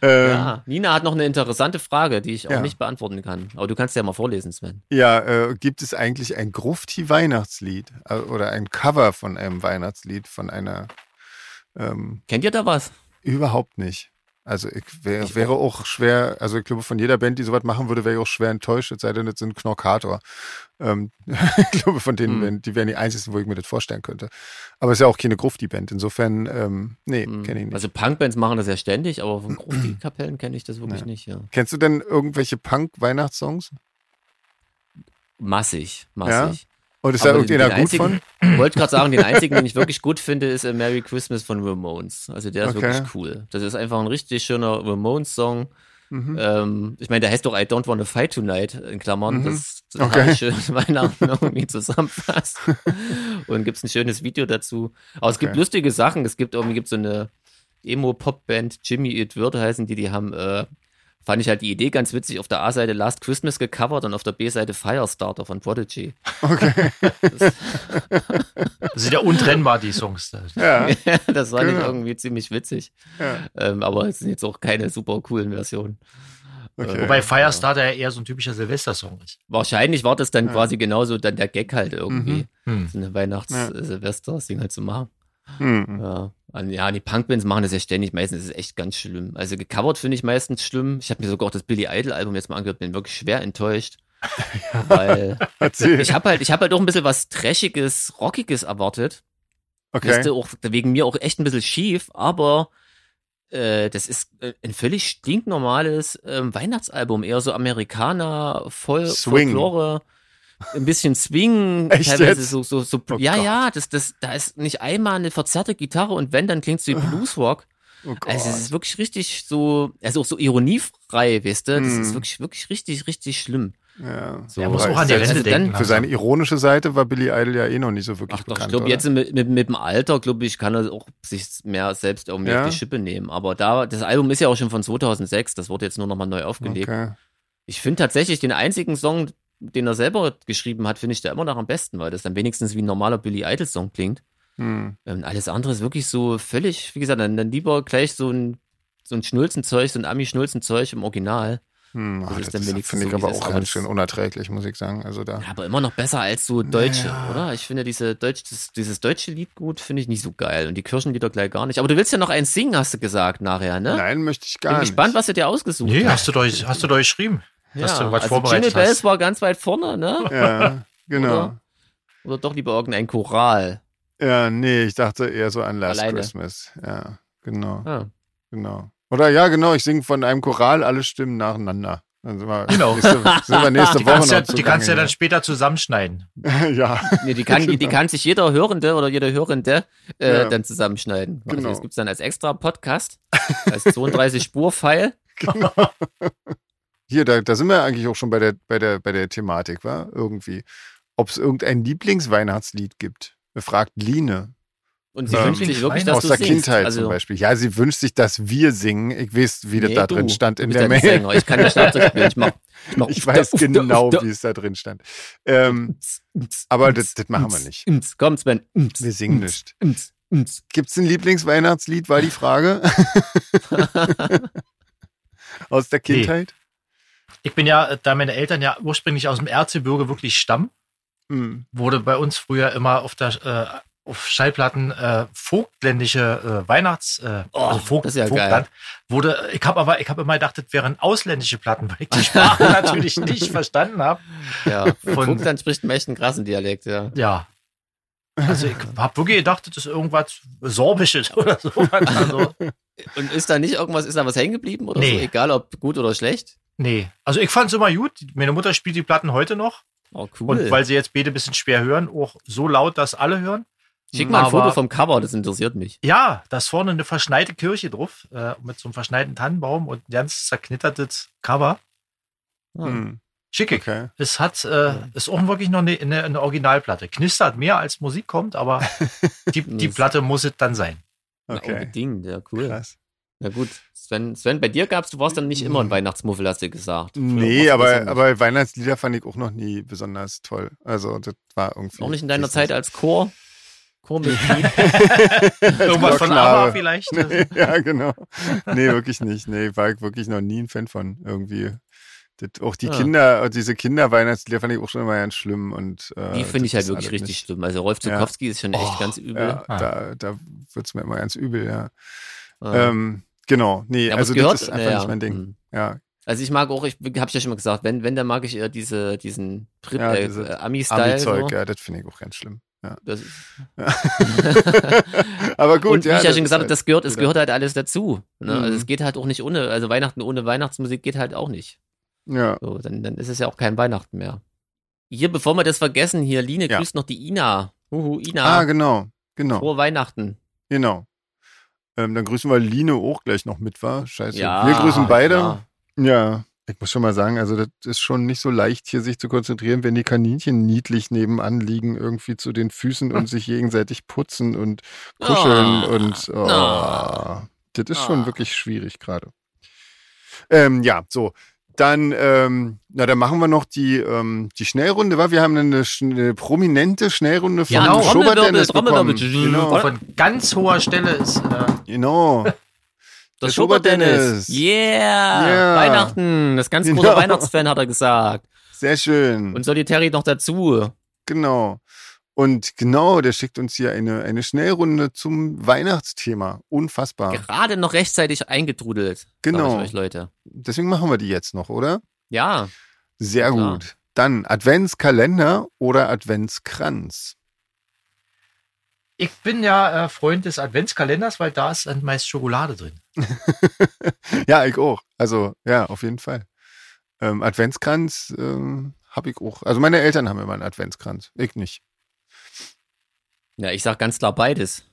Ähm,
Ja, Nina hat noch eine interessante Frage, die ich auch
Ja.
nicht beantworten kann. Aber du kannst ja mal vorlesen, Sven.
Ja, äh, gibt es eigentlich ein Grufti-Weihnachtslied äh, oder ein Cover von einem Weihnachtslied von einer? Ähm,
Kennt ihr da was?
überhaupt nicht. Also ich, wär,
Ich
wäre auch schwer, also ich glaube, von jeder Band, die sowas machen würde, wäre ich auch schwer enttäuscht, es sei denn, das sind Knorkator. Ähm, ich glaube, von denen,
Hm.
wären, die wären die einzigen, wo ich mir das vorstellen könnte. Aber es ist ja auch keine Grufti-Band, insofern, ähm, nee,
Hm.
kenne ich nicht.
Also Punkbands machen das ja ständig, aber von Grufti-Kapellen kenne ich das wirklich
Ja.
nicht, ja.
Kennst du denn irgendwelche Punk-Weihnachtssongs?
Massig,
Und
massig.
Oh, ist
Aber
da
den-
irgendjemand
den
gut von?
einzigen, Ich wollte gerade sagen, den einzigen, den ich wirklich gut finde, ist äh, Merry Christmas von Ramones. Also der ist
Okay.
wirklich cool. Das ist einfach ein richtig schöner Ramones-Song.
Mhm.
Ähm, ich meine, der heißt doch I Don't Wanna Fight Tonight, in Klammern.
Mhm.
Das ist
Okay.
total schön Weihnachten irgendwie zusammenfasst. Und gibt's ein schönes Video dazu. Aber es gibt
Okay.
lustige Sachen. Es gibt irgendwie gibt's so eine Emo-Pop-Band, Jimmy Eat World heißen die, die haben, äh, fand ich halt die Idee ganz witzig, auf der A-Seite Last Christmas gecovert und auf der B-Seite Firestarter von Prodigy.
Das sind ja untrennbar, die Songs. Das-
Ja.
das war nicht
Genau.
irgendwie ziemlich witzig.
Ja.
Ähm, aber es sind jetzt auch keine super coolen Versionen.
Okay.
Wobei Firestarter ja eher so ein typischer Silvester-Song ist.
Wahrscheinlich war das dann
Ja. Mhm.
quasi genauso dann der Gag halt irgendwie,
Hm.
so eine weihnachts
Ja.
äh, silvester single zu machen.
Hm.
Ja. Und ja, die Punkbands machen das ja ständig. Meistens ist es echt ganz schlimm. Also gecovert finde ich meistens schlimm. Ich habe mir sogar auch das Billy Idol-Album jetzt mal angehört, bin wirklich schwer enttäuscht. Weil
Erzähl.
ich habe halt, ich habe halt auch ein bisschen was Trashiges, Rockiges erwartet.
okay.
Ist auch wegen mir auch echt ein bisschen schief, aber äh, das ist äh, ein völlig stinknormales ähm, Weihnachtsalbum, eher so Amerikaner, voll
Swing.
Folklore, ein bisschen Swing,
Echt
teilweise
jetzt?
so so so
Oh
ja,
Gott.
ja, das das da ist nicht einmal eine verzerrte Gitarre und wenn dann klingt's wie Bluesrock.
Oh Gott.
Also es ist wirklich richtig so, also auch so ironiefrei, weißt du, das
Hm.
ist wirklich wirklich richtig richtig schlimm.
ja.
So.
Er muss auch an die
Also
Rente
dann-
denken.
Für
langsam.
seine ironische Seite war Billy Idol ja eh noch nicht so wirklich
Ach doch, ich
bekannt.
glaube,
oder?
jetzt mit, mit, mit dem Alter, glaube ich, kann er auch sich mehr selbst irgendwie
Ja?
auf die Schippe nehmen. Aber da, das Album ist ja auch schon von 2006, das wurde jetzt nur nochmal neu aufgelegt.
Okay.
Ich finde tatsächlich den einzigen Song, den er selber geschrieben hat, finde ich da immer noch am besten, weil das dann wenigstens wie ein normaler Billy Idol-Song klingt.
Hm.
Ähm, alles andere ist wirklich so völlig, wie gesagt, dann, dann lieber gleich so ein, so ein Schnulzenzeug, so ein Ami-Schnulzenzeug im Original.
Hm.
Das
Ach,
ist
das
dann
ist-
wenigstens
finde ich
so, wie
aber
es ist,
auch
aber
ganz
das-
schön unerträglich, muss ich sagen. Also da.
Ja, aber immer noch besser als so Deutsche,
Naja.
oder? Ich finde diese Deutsch, das, dieses deutsche Lied gut, finde ich nicht so geil. Und die Kirchenlieder gleich gar nicht. Aber du willst ja noch eins singen, hast du gesagt nachher, ne?
Nein, möchte ich gar
Bin
nicht.
gespannt, was du dir ausgesucht
also. Nee,
hast.
hast du doch, hast du doch geschrieben. dass du was
also
vorbereitet
Jingle Bells
hast.
war ganz weit vorne, ne?
Ja, genau.
Oder? Oder doch lieber irgendein Choral.
Ja, nee, ich dachte eher so an Last
Alleine.
Christmas. Ja, genau,
Ah.
genau. Oder ja, genau, ich singe von einem Choral alle Stimmen nacheinander. Dann sind wir
Genau.
nächste, sind wir nächste
Die
Woche
kannst,
noch
ja, die kannst ja
zugange,
dann später zusammenschneiden.
ja. ja,
Nee, die kann, die kann sich jeder Hörende oder jede Hörende äh,
Ja.
dann zusammenschneiden. Also
Genau.
Das gibt's dann als extra Podcast, als 32-Spur-File.
Hier, da, da sind wir eigentlich auch schon bei der, bei der, bei der Thematik, war irgendwie. Ob es irgendein Lieblingsweihnachtslied gibt, fragt Line
Und sie
Ähm,
wünscht sich wirklich, dass
aus
du
der
singst.
Kindheit
also,
zum Beispiel. Ja, sie wünscht sich, dass wir singen. Ich weiß, wie das
Nee,
da
du.
drin stand
Du
in
bist
der
ja nicht
Mail.
Sänger. Ich kann nicht Schlagzeug spielen. Ich, mach, ich, mach
Ich weiß genau, wie es da drin stand. Ähm, aber das- das machen wir nicht.
Komm, Sven.
wir singen nicht.
Ums, ums.
Gibt es ein Lieblingsweihnachtslied, war die Frage. Aus der Kindheit?
Ich bin ja, äh, da meine Eltern ja ursprünglich aus dem Erzgebirge wirklich stammen,
Hm.
wurde bei uns früher immer auf der äh, auf Schallplatten äh, vogtländische äh, Weihnachts äh,
Oh, das ist ja
wurde äh, ich habe aber ich habe immer gedacht, das wären ausländische Platten, weil ich die Sprache natürlich nicht verstanden habe.
Ja,
Von-
Vogtland spricht einen echt einen krassen Dialekt, ja.
Ja. Also ich habe wirklich gedacht, das ist irgendwas Sorbisches oder so. Also,
Und ist da nicht irgendwas, ist da was hängen geblieben oder
Nee.
so? Egal ob gut oder schlecht?
nee. Also ich fand es immer gut. Meine Mutter spielt die Platten heute noch.
Oh,
Und
cool.
weil sie jetzt beide ein bisschen schwer hören, auch so laut, dass alle hören.
Schick mal ein
Aber-
Foto vom Cover, das interessiert mich.
Ja, da ist vorne eine verschneite Kirche drauf, äh, mit so einem verschneiten Tannenbaum und ein ganz zerknittertes Cover.
Ah.
Hm,
Schickig.
Okay.
Es hat, äh, ist auch wirklich noch eine, eine, eine Originalplatte. Knistert mehr als Musik kommt, aber die, die Platte muss es dann sein.
Na, oh,
Okay.
Unbedingt, ja, cool.
Krass.
Na gut, Sven, Sven, bei dir gab's, du warst dann nicht immer
Hm.
ein Weihnachtsmuffel, hast du gesagt.
Nee,
Früher warst du
aber,
das
aber Weihnachtslieder fand ich auch noch nie besonders toll. Also das war irgendwie.
Noch nicht in deiner Zeit als Chor. Chormitglied.
Irgendwas von
Glocknare.
ABBA vielleicht.
Nee, ja, genau. Nee, wirklich nicht. Nee, war ich wirklich noch nie ein Fan von irgendwie. Das, auch die
Ah.
Kinder, diese Kinderweihnachtslieder fand ich auch schon immer ganz schlimm. Und, äh,
Die finde ich
das
halt
ist
wirklich
alles
richtig
nicht-
schlimm. Also Rolf
Ja.
Zukowski ist schon echt
Oh,
ganz übel.
Ja,
Ah.
da, da wird es mir immer ganz übel, ja.
Ah.
Ähm, genau, nee,
Ja, aber
also
es gehört-
das ist einfach
naja,
nicht mein Ding.
hm.
Ja,
Also ich mag auch, ich habe ja schon mal gesagt, wenn, wenn, dann mag ich eher diese, diesen Pri-
Ja,
äh,
diese
äh, Ami-Style.
Ami-Zeug,
so.
ja, das finde ich auch ganz schlimm. Ja.
Das ist,
Aber gut,
und wie
ja.
ich ja schon
ist
gesagt habe,
halt-
das gehört, es
wieder-
gehört halt alles dazu. Ne?
Mhm.
Also es geht halt auch nicht ohne, also Weihnachten ohne Weihnachtsmusik geht halt auch nicht.
Ja,
So, dann, dann ist es ja auch kein Weihnachten mehr. Hier, bevor wir das vergessen, hier, Line
Ja.
grüßt noch die Ina. Huhu, Ina.
ah, genau, genau.
Frohe Weihnachten.
Genau. Ähm, dann grüßen wir Line auch gleich noch mit, war? Scheiße.
Ja,
Also, wir grüßen beide.
ja.
Ja. Ich muss schon mal sagen, also das ist schon nicht so leicht, hier sich zu konzentrieren, wenn die Kaninchen niedlich nebenan liegen, irgendwie zu den Füßen und sich gegenseitig putzen und kuscheln
Ah,
und oh,
ah,
das ist
ah.
schon wirklich schwierig gerade. Ähm, ja, so. Dann, ähm, na, dann machen wir noch die, ähm, die Schnellrunde, weil wir haben eine, schn- eine prominente Schnellrunde von
Ja,
ja, Schubert
Trommelwirbel,
Dennis bekommen.
Trommelwirbel.
Genau,
Von ganz hoher Stelle ist äh,
genau. Der
Das Schubert-Dennis.
Schubert-Dennis.
Yeah.
Yeah.
Weihnachten. Das ganz große
Genau.
Weihnachtsfan hat er gesagt.
Sehr schön.
Und Solitary noch dazu.
Genau. Und genau, der schickt uns hier eine, eine Schnellrunde zum Weihnachtsthema. Unfassbar.
Gerade noch rechtzeitig eingetrudelt. sag
Genau.
Ich euch, Leute.
Deswegen machen wir die jetzt noch, oder?
Ja.
Sehr
Klar.
gut. Dann Adventskalender oder Adventskranz.
Ich bin ja äh, Freund des Adventskalenders, weil da ist dann meist Schokolade drin.
Ja, ich auch. Also, ja, auf jeden Fall. Ähm, Adventskranz ähm, habe ich auch. Also, meine Eltern haben immer einen Adventskranz. Ich nicht.
Ja, ich sag ganz klar beides.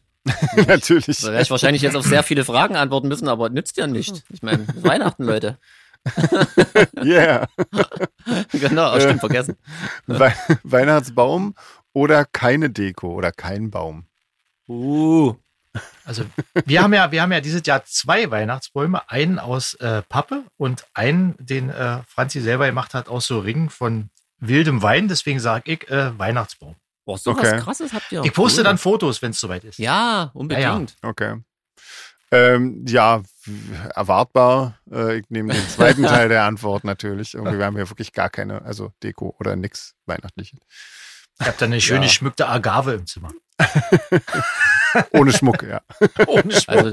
Natürlich.
Da werde ich wahrscheinlich jetzt auf sehr viele Fragen antworten müssen, aber nützt ja nicht. Ich meine, Weihnachten, Leute.
Yeah. Äh.
Genau, oh, stimmt, vergessen.
We Weihnachtsbaum oder keine Deko oder kein Baum.
Uh.
Also wir haben ja, wir haben ja dieses Jahr zwei Weihnachtsbäume, einen aus äh, Pappe und einen, den äh, Franzi selber gemacht hat, aus so Ringen von wildem Wein. Deswegen sage ich äh, Weihnachtsbaum.
Boah, sowas
Okay.
krasses habt ihr.
Ich poste
Oh, Cool.
dann Fotos, wenn es soweit ist.
Ja, unbedingt.
Ja, ja.
Okay. Ähm, ja, w- erwartbar. Äh, ich nehme den zweiten Teil der Antwort natürlich. Irgendwie, wir haben hier wirklich gar keine, also Deko oder nix Weihnachtliches.
Ich habe da eine schöne
Ja.
schmückte Agave im Zimmer.
Ohne Schmuck, ja.
Ohne Schmuck.
Also,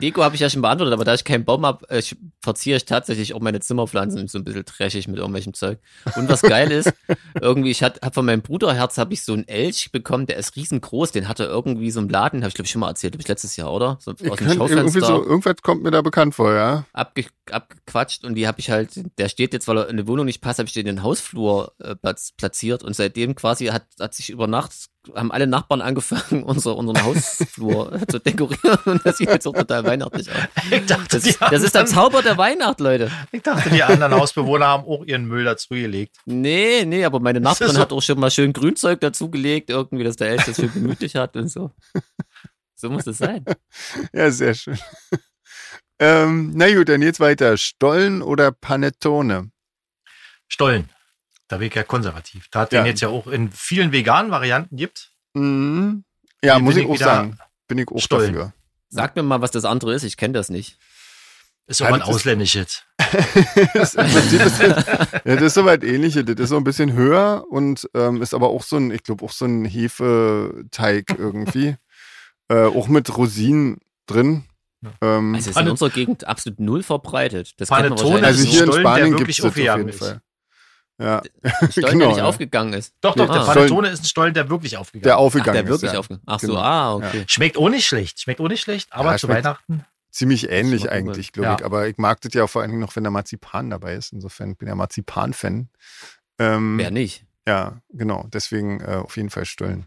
Deko habe ich ja schon beantwortet, aber da ich keinen Baum habe, äh, sch- verziehe ich tatsächlich auch meine Zimmerpflanzen so ein bisschen trashig mit irgendwelchem Zeug. Und was geil ist, irgendwie, ich habe von meinem Bruderherz habe ich so einen Elch bekommen, der ist riesengroß, den hatte irgendwie so im Laden, habe ich glaube ich schon mal erzählt, glaube ich letztes Jahr, oder? So
Ich
aus dem
kann, irgendwie
Schaufenster
so, irgendwas kommt mir da bekannt vor, ja.
abge abgequatscht und die habe ich halt, der steht jetzt, weil er in die Wohnung nicht passt, habe ich den in den Hausflur äh, platz- platziert und seitdem quasi hat, hat sich über Nacht, haben alle Nachbarn angefangen, unser, unseren Hausflur äh, zu dekorieren und das sieht jetzt auch total weihnachtlich aus.
Ich dachte,
Das,
Also die
das ist der
anderen,
Zauber der Weihnacht, Leute.
ich dachte, die anderen Hausbewohner haben auch ihren Müll dazu gelegt.
Nee, nee, aber meine
Das ist
Nachbarin
so-
hat auch schon mal schön Grünzeug dazugelegt, irgendwie, dass der Elch das schön gemütlich hat und so. So muss es sein.
Ja, sehr schön. Ähm, na gut, dann jetzt weiter. Stollen oder Panettone?
Stollen. Da bin ich ja konservativ. Da hat
Ja.
den jetzt ja auch in vielen veganen Varianten gibt.
Mhm. Ja,
Hier
muss
bin
ich
ich
auch
wieder
sagen. Bin ich auch
Stollen.
dafür.
Sag mir mal, was das andere ist, ich kenne das nicht.
Ist aber ein
Halt, das-
ausländisches.
Das ist im Prinzip ist das, ja, das ist soweit ähnliche. Das ist so ein bisschen höher und ähm, ist aber auch so ein, ich glaube, auch so ein Hefeteig irgendwie. äh, auch mit Rosinen drin. Ähm,
Also
also,
es ist in
Pane-
unserer Gegend absolut null verbreitet. Das kennt man
Panettone
wahrscheinlich
ist
nur-
hier in
Stollen, der
Spanien gibt
wirklich
es das auf
aufgegangen
jeden
ist.
Fall. Ja,
Stollen,
Genau,
der nicht
ja.
aufgegangen ist.
Doch, doch,
Nee,
der
ah.
Panettone ist ein Stollen, der wirklich aufgegangen
der
Ach,
aufgegangen
der wirklich
ist. Ja.
aufgegangen. Ach so,
Genau.
ah, okay.
ist. Schmeckt auch nicht schlecht. Schmeckt auch nicht schlecht, aber
Ja,
zu
schmeckt-
Weihnachten.
Ziemlich
Das
ähnlich
war übel.
eigentlich, glaube
Ja.
ich. Aber ich mag das ja vor allen Dingen noch, wenn der Marzipan dabei ist. Insofern bin ja Marzipan-Fan. Ähm,
Wer nicht?
Ja, genau. Deswegen äh, auf jeden Fall Stollen.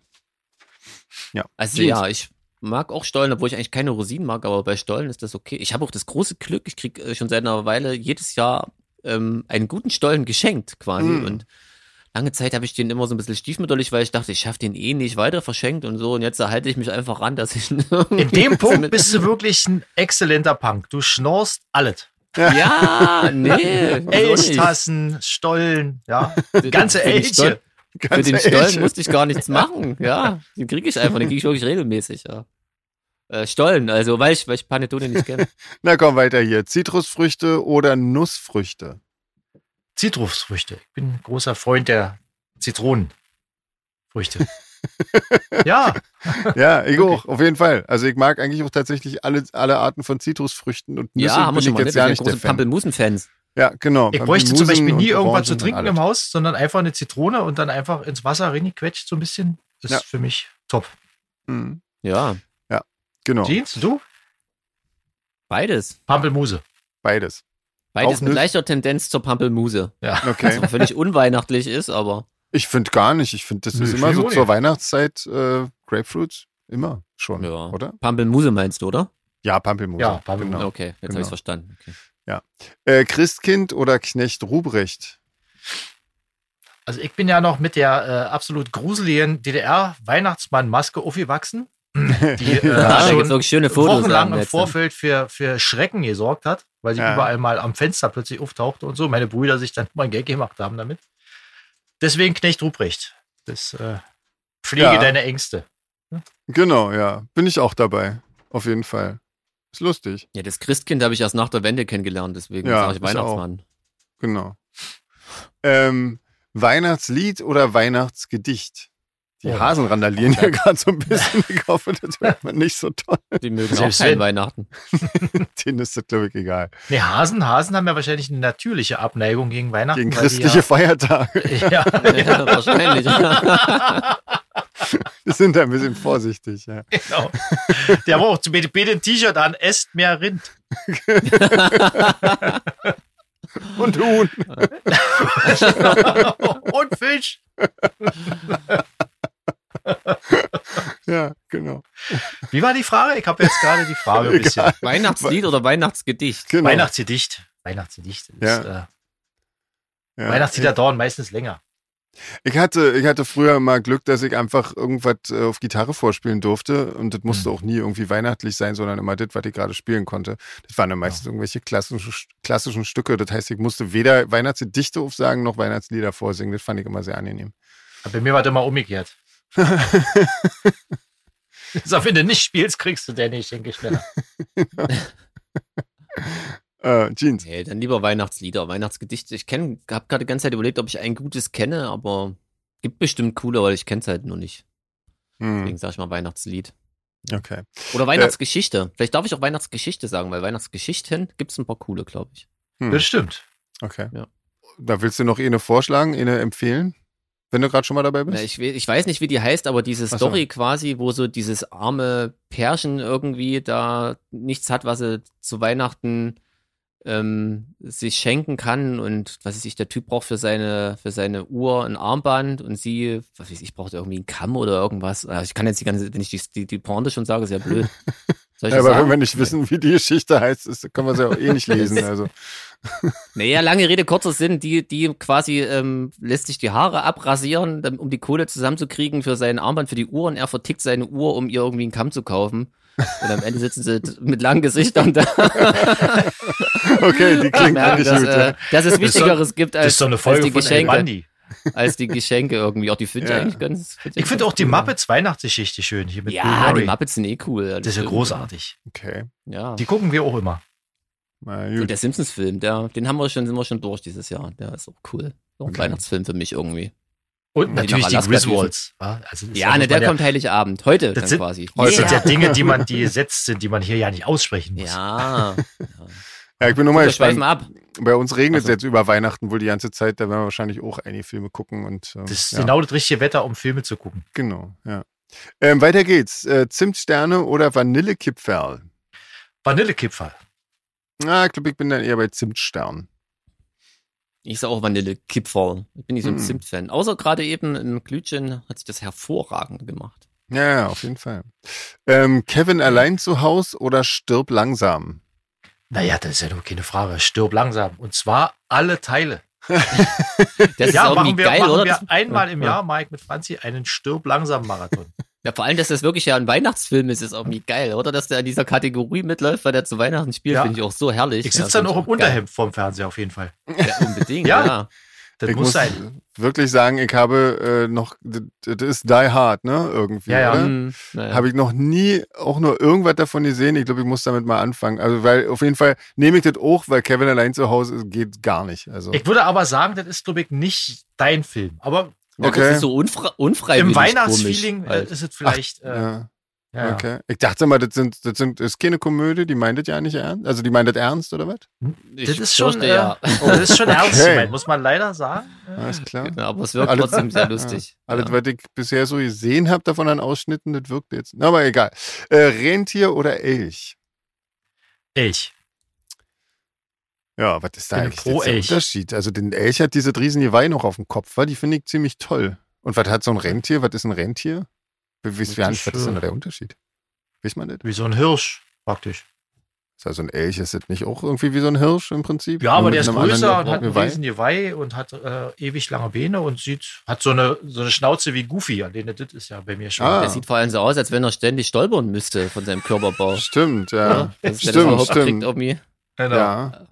Also
Gut.
ja, ich mag auch Stollen, obwohl ich eigentlich keine Rosinen mag, aber bei Stollen ist das okay. Ich habe auch das große Glück, ich kriege äh, schon seit einer Weile jedes Jahr ähm, einen guten Stollen geschenkt quasi
Mm.
und lange Zeit habe ich den immer so ein bisschen stiefmütterlich, weil ich dachte, ich schaffe den eh nicht weiter verschenkt und so und jetzt erhalte ich mich einfach ran, dass ich
In dem Punkt bist du wirklich ein exzellenter Punk. Du schnorst alles.
Ja, nee. so nicht.
Elchtassen, Stollen, ja. Ganze
Für den
Elche.
Stollen- Für den
Ganz
Stollen
ehrlich.
musste ich gar nichts machen. Ja, den kriege ich einfach, den kriege ich wirklich regelmäßig, ja. Äh, Stollen, also weil ich, weil ich Panettone nicht kenne.
Na komm, weiter hier. Zitrusfrüchte oder Nussfrüchte?
Zitrusfrüchte. Ich bin ein großer Freund der Zitronenfrüchte. ja,
Ja, ich auch, auf jeden Fall. Also ich mag eigentlich auch tatsächlich alle, alle Arten von Zitrusfrüchten und Nüsse
Ja, haben wir
bin
schon
ich
mal,
jetzt gar
ne? Wir sind
nicht der
große
Fan.
Pampelmusen-Fans.
Ja, genau.
ich bräuchte zum Beispiel
Pampelmusen
nie
und
irgendwas zu
Orangen
trinken
und
im
alles.
Haus, sondern einfach eine Zitrone und dann einfach ins Wasser reingequetscht, so ein bisschen. Ist
Ja.
für mich top.
Mhm,
Ja,
Genau,
Jeans, du?
beides.
Pampelmuse.
beides.
Beides
Auch
mit
Nüsse?
leichter Tendenz zur Pampelmuse.
Okay.
Was völlig unweihnachtlich ist, aber
Ich finde gar nicht. Ich finde, das
Nö,
ist
ich
immer
find
so
auch
zur
nicht.
Weihnachtszeit äh, Grapefruit. Immer schon,
Ja.
oder?
Pampelmuse meinst du, oder?
Ja, Pampelmuse.
Ja, Pampelmuse.
Genau.
Okay, jetzt habe
genau.
ich verstanden. Okay.
Äh, Christkind oder Knecht Ruprecht?
Also ich bin ja noch mit der äh, absolut gruseligen DDR-Weihnachtsmann-Maske aufgewachsen, die äh,
Ja,
da gibt's
schon
wirklich schöne Fotos. am ne?
wochenlang im
letzten.
Vorfeld für, für Schrecken gesorgt hat, weil sie
Ja.
überall mal am Fenster plötzlich auftauchte und so. Meine Brüder sich dann mal ein Gag gemacht haben damit. Deswegen Knecht Ruprecht. Das äh, Pflege
Ja.
deine Ängste.
Genau, ja. Bin ich auch dabei. Auf jeden Fall. Ist lustig.
Ja, das Christkind habe ich erst nach der Wende kennengelernt, deswegen
Ja,
sage ich
ich
Weihnachtsmann.
Genau. Ähm, Weihnachtslied oder Weihnachtsgedicht? Die
Oh.
Hasen randalieren ja gerade so ein bisschen. Ich hoffe, das hört man nicht so toll.
Die mögen auch
Selbst
kein
wenn.
Weihnachten.
Denen ist das, glaube ich, egal.
Nee, Hasen, Hasen haben ja wahrscheinlich eine natürliche Abneigung gegen Weihnachten.
Gegen
weil die
christliche Feiertage.
Ja, ja,
Ja, wahrscheinlich.
Wir sind da ein bisschen vorsichtig. Ja.
genau. Der braucht zu bitte bitte ein T-Shirt an, esst mehr Rind.
Und Huhn.
und Fisch.
Ja, genau.
Wie war die Frage? Ich habe jetzt gerade die Frage ein bisschen.
Weihnachtslied oder Weihnachtsgedicht?
genau.
Weihnachtsgedicht. Weihnachtsgedicht. Ist,
Ja.
äh,
Ja.
Weihnachtslieder dauern meistens länger.
Ich hatte, ich hatte früher mal Glück, dass ich einfach irgendwas äh, auf Gitarre vorspielen durfte und das musste
Mhm.
auch nie irgendwie weihnachtlich sein, sondern immer das, was ich gerade spielen konnte. Das waren dann meistens irgendwelche klassischen, klassischen Stücke. Das heißt, ich musste weder Weihnachtsgedichte aufsagen noch Weihnachtslieder vorsingen. Das fand ich immer sehr angenehm.
Aber bei mir war das immer umgekehrt. so, wenn du nicht spielst, kriegst du deine Geschenke schneller.
Äh, Jeans.
Nee, dann lieber Weihnachtslieder, Weihnachtsgedichte. Ich kenne, habe gerade die ganze Zeit überlegt, ob ich ein gutes kenne, aber gibt bestimmt coole, weil ich kenne es halt nur nicht.
Hm,
Deswegen sage ich mal Weihnachtslied.
okay.
Oder Weihnachtsgeschichte. Vielleicht darf ich auch Weihnachtsgeschichte sagen, weil Weihnachtsgeschichten gibt es ein paar coole, glaube ich.
Hm,
Das stimmt.
okay.
Ja.
Da willst du noch eine vorschlagen, eine empfehlen, wenn du gerade schon mal dabei
Na,
bist?
ich, we- ich weiß nicht, wie die heißt, aber diese
Ach so.
Story quasi, wo so dieses arme Pärchen irgendwie da nichts hat, was er zu Weihnachten ähm, sich schenken kann und was weiß ich, der Typ braucht für seine, für seine Uhr ein Armband und sie, was weiß ich, braucht irgendwie einen Kamm oder irgendwas. Ah, Ich kann jetzt die ganze, wenn ich die, die, die Pointe schon sage, ist ja blöd. Soll ich
Ja,
das
aber wenn
sagen?
wir nicht wissen, wie die Geschichte heißt, ist, können wir sie auch eh nicht lesen. Also.
Naja, lange Rede, kurzer Sinn, die, die quasi ähm, lässt sich die Haare abrasieren, dann- um die Kohle zusammenzukriegen für seinen Armband, für die Uhr und er vertickt seine Uhr, um ihr irgendwie einen Kamm zu kaufen. Und am Ende sitzen sie t- mit langen Gesichtern da
Okay, die
und
klingt
merken,
wirklich
dass,
gut. ja.
äh, dass es
Das ist
Wichtigeres gibt
Das
als,
ist doch eine
als,
Folge
die
von El
Geschenke,
Bandi.
als die Geschenke irgendwie. Auch die finde ich
Ja.
eigentlich ganz. Find
Ich finde
ganz
auch die
cool.
Muppets Weihnachtsgeschichte schön hier mit Bill
Hm. Ja,
Murray.
die Muppets sind eh cool.
Das ist ja
stimmt.
großartig.
Okay.
Ja.
Die gucken wir auch immer.
Na
Und
gut.
der Simpsons-Film, der, den haben wir schon, sind wir schon durch dieses Jahr. Der ist auch cool. Auch ein
Okay.
Weihnachtsfilm für mich irgendwie.
Und
nach
natürlich die
Alaska
Griswolds. wa? Also das ist
Ja, ne,
muss
der
man
kommt Heiligabend. Heute
Das
dann
sind-
quasi.
Das sind ja
Yeah.
Dinge, die man, die gesetzt sind, die man hier ja nicht aussprechen muss.
Ja.
Ja, ich bin nur mal
Wir schweifen
gespannt.
ab.
Bei uns regnet es
Also-
jetzt über Weihnachten wohl die ganze Zeit, da werden wir wahrscheinlich auch einige Filme gucken und ähm,
Das ist
ja,
genau das richtige Wetter, um Filme zu gucken.
genau, ja. Ähm, weiter geht's. Äh, Zimtsterne oder Vanillekipferl?
Vanillekipferl.
Na, ich glaube, ich bin dann eher bei Zimtstern.
Ich sage auch Vanillekipferl. Ich bin nicht so ein
Mm.
Zimt-Fan. Außer gerade eben in Glütchen hat sich das hervorragend gemacht.
Ja, ja, auf jeden Fall. Ähm, Kevin allein zu Haus oder stirb langsam?
Naja, das ist ja doch keine Frage. Stirb langsam. Und zwar alle Teile.
Das ist
ja,
auch irgendwie
machen wir,
geil,
machen
oder?
wir
Das-
einmal im
Ja.
Jahr, Mike, mit Franzi einen Stirb langsam Marathon.
Ja, vor allem, dass das wirklich ja ein Weihnachtsfilm ist, ist auch irgendwie geil, oder? Dass der in dieser Kategorie mitläuft, weil der zu Weihnachten spielt,
Ja.
finde ich auch so herrlich.
Ich
Ja,
sitze dann
find
auch im
geil.
Unterhemd vorm Fernseher auf jeden Fall.
Ja, unbedingt,
Ja.
ja.
Das
ich
muss sein.
wirklich sagen, ich habe äh, noch, d- d- das ist Die Hard, ne? Irgendwie,
Ja, ja.
oder?
Hm, naja.
Habe ich noch nie auch nur irgendwas davon gesehen. Ich glaube, ich muss damit mal anfangen. Also, weil auf jeden Fall nehme ich das auch, weil Kevin allein zu Hause ist, geht gar nicht. Also,
Ich würde aber sagen, das ist, glaube ich, nicht dein Film. Aber
Ja,
okay.
Das ist so unfre unfreiwillig.
im
komisch
Weihnachtsfeeling äh,
halt.
ist es vielleicht. äh, ja.
ja,
Ja,
okay. Ich dachte mal, das sind, das sind, ist keine Komödie, die meint das ja nicht ernst. Also, die meint das ernst, oder was?
Ich
das ist schon,
fürchte,
äh,
ja.
Das ist schon ernst
Okay.
gemeint, muss man leider sagen.
Alles klar.
Ja, Genau, aber es wirkt
Alles-
trotzdem sehr lustig.
Alles,
ja.
was ich bisher so gesehen habe davon an Ausschnitten, das wirkt jetzt. Na, aber egal. Äh, Rentier oder Elch?
Ich.
Ja, was ist da
Bin
eigentlich
pro
jetzt der
Elch.
Unterschied? Also den Elch hat diese riesen Geweih noch auf dem Kopf, wa? die finde ich ziemlich toll. Und was hat so ein Rentier? Was ist ein Rentier? Wir wissen gar nicht, was ist denn da der Unterschied? Weiß man das?
Wie so ein Hirsch, praktisch.
Ist also ein Elch ist das nicht auch irgendwie wie so ein Hirsch im Prinzip?
Ja,
Nur
aber
mit
der ist
einem anderen
größer und hat ein
Geweih?
riesen Geweih und hat äh, ewig lange Beine und sieht, hat so eine, so eine Schnauze wie Goofy, an denen das ist ja bei mir schon.
Ah.
Der sieht vor allem so aus, als wenn er ständig stolpern müsste von seinem Körperbau. also
Stimmt, ja.
Oder? Dass der
Ah, Stimmt,
überhaupt
stimmt.
kriegt, irgendwie.
Genau.
Ja.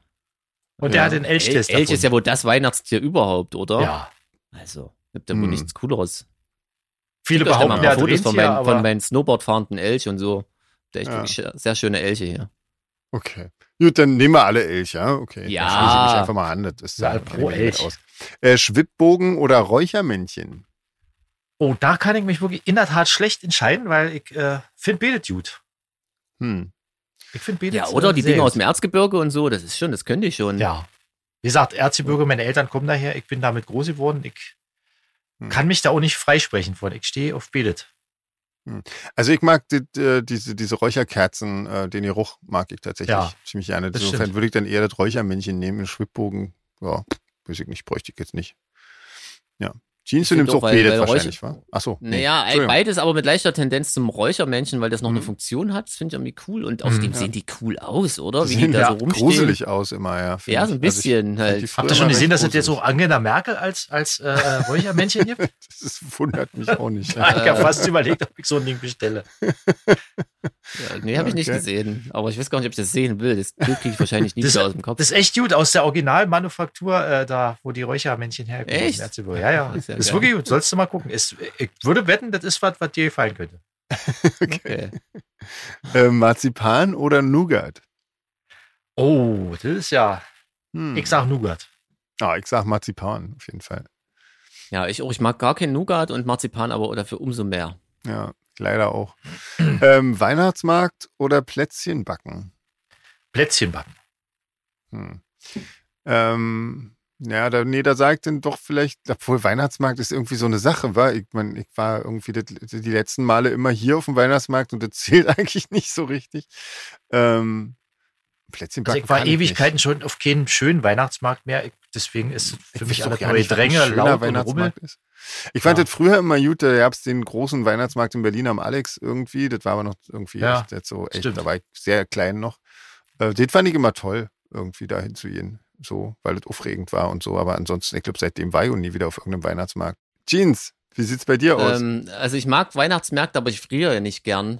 Und der
Ja.
hat den Elchtest.
Elch ist ja wohl das Weihnachtstier überhaupt, oder?
ja.
Also, gibt ja wohl
Hm.
nichts Cooleres.
Viele
Ich mal
behaupten, er hat
Fotos von,
Rentier,
meinen, von
aber-
meinen Snowboardfahrenden Elch und so. Der echt
Ja.
wirklich sehr schöne Elche hier.
Okay. Gut, dann nehmen wir alle Elch, ja? Okay.
Ja.
Dann schließe ich mich einfach mal an. Das ist
Ja,
ja,
pro Elch.
Äh, Schwibbogen oder Räuchermännchen?
Oh, da kann ich mich wirklich in der Tat schlecht entscheiden, weil ich äh, finde Bedet gut.
Hm.
Ich finde Bedet
Ja, oder die
sehr
Dinger
gut.
aus dem Erzgebirge und so, das ist schon, das könnte ich schon.
Ja. Wie gesagt, Erzgebirge, meine Eltern kommen daher, ich bin damit groß geworden, ich
Hm.
kann mich da auch nicht freisprechen von. Ich stehe auf Bedet.
Also ich mag die, äh, diese, diese Räucherkerzen, äh, den Geruch mag ich tatsächlich
Ja,
ziemlich gerne.
das
Insofern
stimmt.
würde ich dann eher das Räuchermännchen nehmen, den Schwibbogen. Ja, weiß ich nicht, bräuchte ich jetzt nicht. Ja. Jeans,
Ich
du
find
nimmst
doch,
auch
weil-
Bedet
weil Räucher-
wahrscheinlich, wa? Achso.
Naja, beides aber mit leichter Tendenz zum Räuchermännchen, weil das noch eine
Mhm.
Funktion hat. Das finde ich irgendwie cool. Und
Mhm.
außerdem
Hm, Ja.
sehen die cool aus,
Die
oder? Wie
sehen
die da
ja
so rumstehen.
gruselig aus immer, ja. find
Ja,
ich. Also
so ein
ich
bisschen
find
halt.
die
Habt
früher
ihr schon
immer
gesehen, dass
recht
es jetzt auch
gruselig.
Angela Merkel als, als äh, äh, Räuchermännchen gibt?
Das wundert mich auch nicht.
Ich habe fast überlegt, ob ich so ein Ding bestelle.
Ja, nee, habe ich nicht
Okay.
gesehen. Aber ich weiß gar nicht, ob ich das sehen will. Das Bild kriege ich wahrscheinlich nie
Das-
wieder aus dem Kopf.
Das ist echt gut aus der Originalmanufaktur, äh, da, wo die Räuchermännchen herkommen.
Echt?
in Erzgebirge. Ja, Ah ja.
Das ist
Ist,
ja
ist
geil.
wirklich gut. Sollst du mal gucken. Ist, ich würde wetten, das ist was, was dir gefallen könnte.
okay.
Äh, Marzipan oder Nougat?
Oh, das ist ja.
Hm.
Ich sag Nougat.
Ah, ich sag Marzipan, auf jeden Fall.
Ja, ich auch. Ich mag gar kein Nougat und Marzipan, aber dafür umso mehr.
Ja, leider auch. ähm, Weihnachtsmarkt oder Plätzchen backen?
Plätzchen backen.
Hm. Ähm, ja, da, nee, da sagt dann doch vielleicht, obwohl Weihnachtsmarkt ist irgendwie so eine Sache, war ich, mein, ich war irgendwie das, die letzten Male immer hier auf dem Weihnachtsmarkt und das zählt eigentlich nicht so richtig. Ähm, Plätzchen
Also
backen.
ich war
kann ich
Ewigkeiten
nicht.
schon auf keinen schönen Weihnachtsmarkt mehr. Ich, deswegen ist es für
Ich
mich
weiß auch
alles
gar
neue
nicht, was ein
Dränge,
schöner
laut und Rummel.
Weihnachtsmarkt ist. Ich fand
Ja.
das früher immer gut, da gab es den großen Weihnachtsmarkt in Berlin am Alex irgendwie. Das war aber noch irgendwie
Ja,
echt, jetzt so echt,
stimmt.
da war ich sehr klein noch. Äh, den fand ich immer toll, irgendwie dahin zu gehen. So, weil das aufregend war und so. Aber ansonsten, ich glaube, seitdem war ich auch nie wieder auf irgendeinem Weihnachtsmarkt. Jeans, wie sieht's bei dir aus?
Ähm, also ich mag Weihnachtsmärkte, aber ich friere ja nicht gern.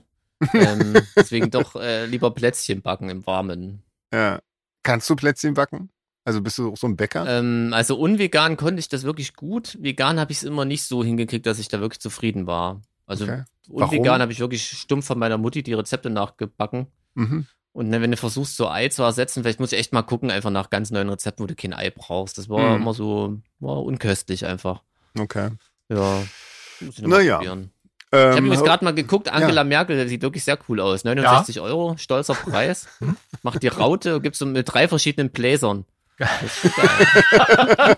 ähm, deswegen doch äh, lieber Plätzchen backen im Warmen.
ja. Kannst du Plätzchen backen? Also bist du auch so ein Bäcker?
Ähm, also unvegan konnte ich das wirklich gut. Vegan habe ich es immer nicht so hingekriegt, dass ich da wirklich zufrieden war. Also
Okay. Warum?
unvegan habe ich wirklich stumpf von meiner Mutti die Rezepte nachgebacken.
Mhm.
Und ne, wenn du versuchst, so Ei zu ersetzen, vielleicht muss ich echt mal gucken, einfach nach ganz neuen Rezepten, wo du kein Ei brauchst. Das war
Mhm.
immer so war unköstlich einfach.
Okay.
Ja. Muss ich noch
Naja.
probieren.
Ähm,
Ich habe übrigens
hau-
gerade mal geguckt, Angela Merkel, der sieht wirklich sehr cool aus. 69 Euro, stolzer Preis.
Hm?
Macht die Raute, gibt's so mit drei verschiedenen Bläsern. Das ist geil.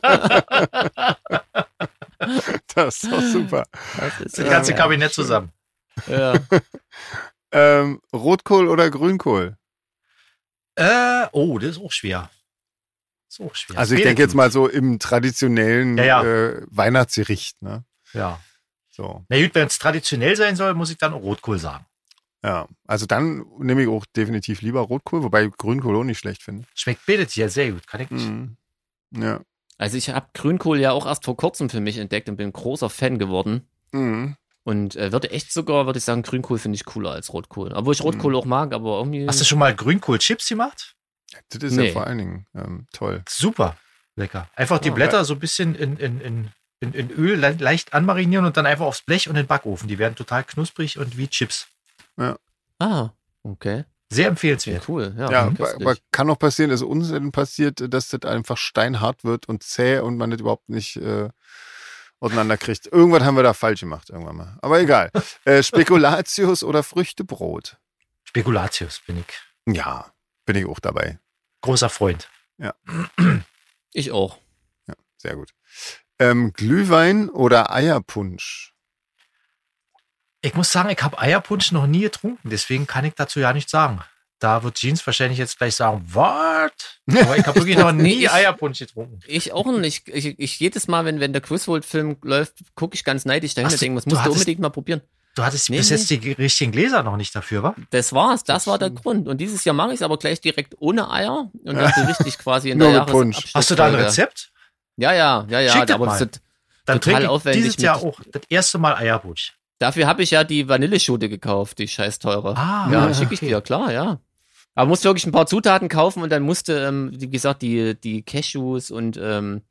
das ist doch super.
Das ist
Das ganze
ja,
Kabinett zusammen.
Ja.
Ähm, Rotkohl oder Grünkohl?
Äh, oh, das ist auch schwer. Ist auch schwer.
Also ich denke jetzt mal so im traditionellen
Ja, ja.
Äh, Weihnachtsgericht. Ne?
Ja.
So,
Na gut, wenn es traditionell sein soll, muss ich dann auch Rotkohl sagen.
ja. Also dann nehme ich auch definitiv lieber Rotkohl, wobei ich Grünkohl auch nicht schlecht finde.
Schmeckt bildet ja sehr gut, kann ich nicht.
Mhm. Ja.
Also ich habe Grünkohl ja auch erst vor kurzem für mich entdeckt und bin großer Fan geworden.
Mhm.
Und äh, würde echt sogar, würde ich sagen, Grünkohl finde ich cooler als Rotkohl. Obwohl
Hm.
ich Rotkohl auch mag, aber irgendwie.
Hast du schon mal Grünkohl-Chips gemacht?
Das ist
Nee.
ja vor allen Dingen ähm, toll.
Super. Lecker. Einfach die
Oh,
Blätter so ein bisschen in, in, in, in, in Öl le leicht anmarinieren und dann einfach aufs Blech und in den Backofen. Die werden total knusprig und wie Chips.
ah, okay.
Sehr
Ja,
empfehlenswert.
cool. Ja,
Ja, aber,
köstlich.
aber kann auch passieren, ist uns denn passiert, dass das einfach steinhart wird und zäh und man das überhaupt nicht äh, auseinanderkriegt. Irgendwas haben wir da falsch gemacht irgendwann mal. Aber egal. äh, Spekulatius oder Früchtebrot?
Spekulatius bin ich.
Ja, bin ich auch dabei.
Großer Freund.
ich auch.
Sehr gut. Ähm, Glühwein oder Eierpunsch?
Ich muss sagen, ich habe Eierpunsch noch nie getrunken, deswegen kann ich dazu ja nichts sagen. Da wird Jeans wahrscheinlich jetzt gleich sagen, was? Aber ich habe wirklich noch nie
Ich-
Eierpunsch getrunken.
Ich auch nicht. Ich, ich, ich jedes Mal, wenn, wenn der Griswold-Film läuft, gucke ich ganz neidisch dahin
Ach
und
so,
denke, das
du
musst du
hattest-
unbedingt mal probieren.
Du hattest
Nee,
bis
nee.
jetzt die richtigen Gläser noch nicht dafür, wa?
Das war's, das war der Grund. Und dieses Jahr mache ich es aber gleich direkt ohne Eier und dann so richtig quasi in
Nur
der
mit Punsch.
Jahresabschluss.
Hast du da ein Rezept?
Ja, ja, ja, ja.
Schick das
aber das,
mal. Dann
Total
trinke ich
aufwendig
dieses Jahr
mit-
auch das erste Mal Eierpunsch.
dafür habe ich ja die Vanilleschote gekauft, die scheiß teure.
Ah,
ja, schicke ich
okay.
dir, klar, ja. Aber musst wirklich ein paar Zutaten kaufen und dann musste, ähm, wie gesagt, die, die Cashews und ähm,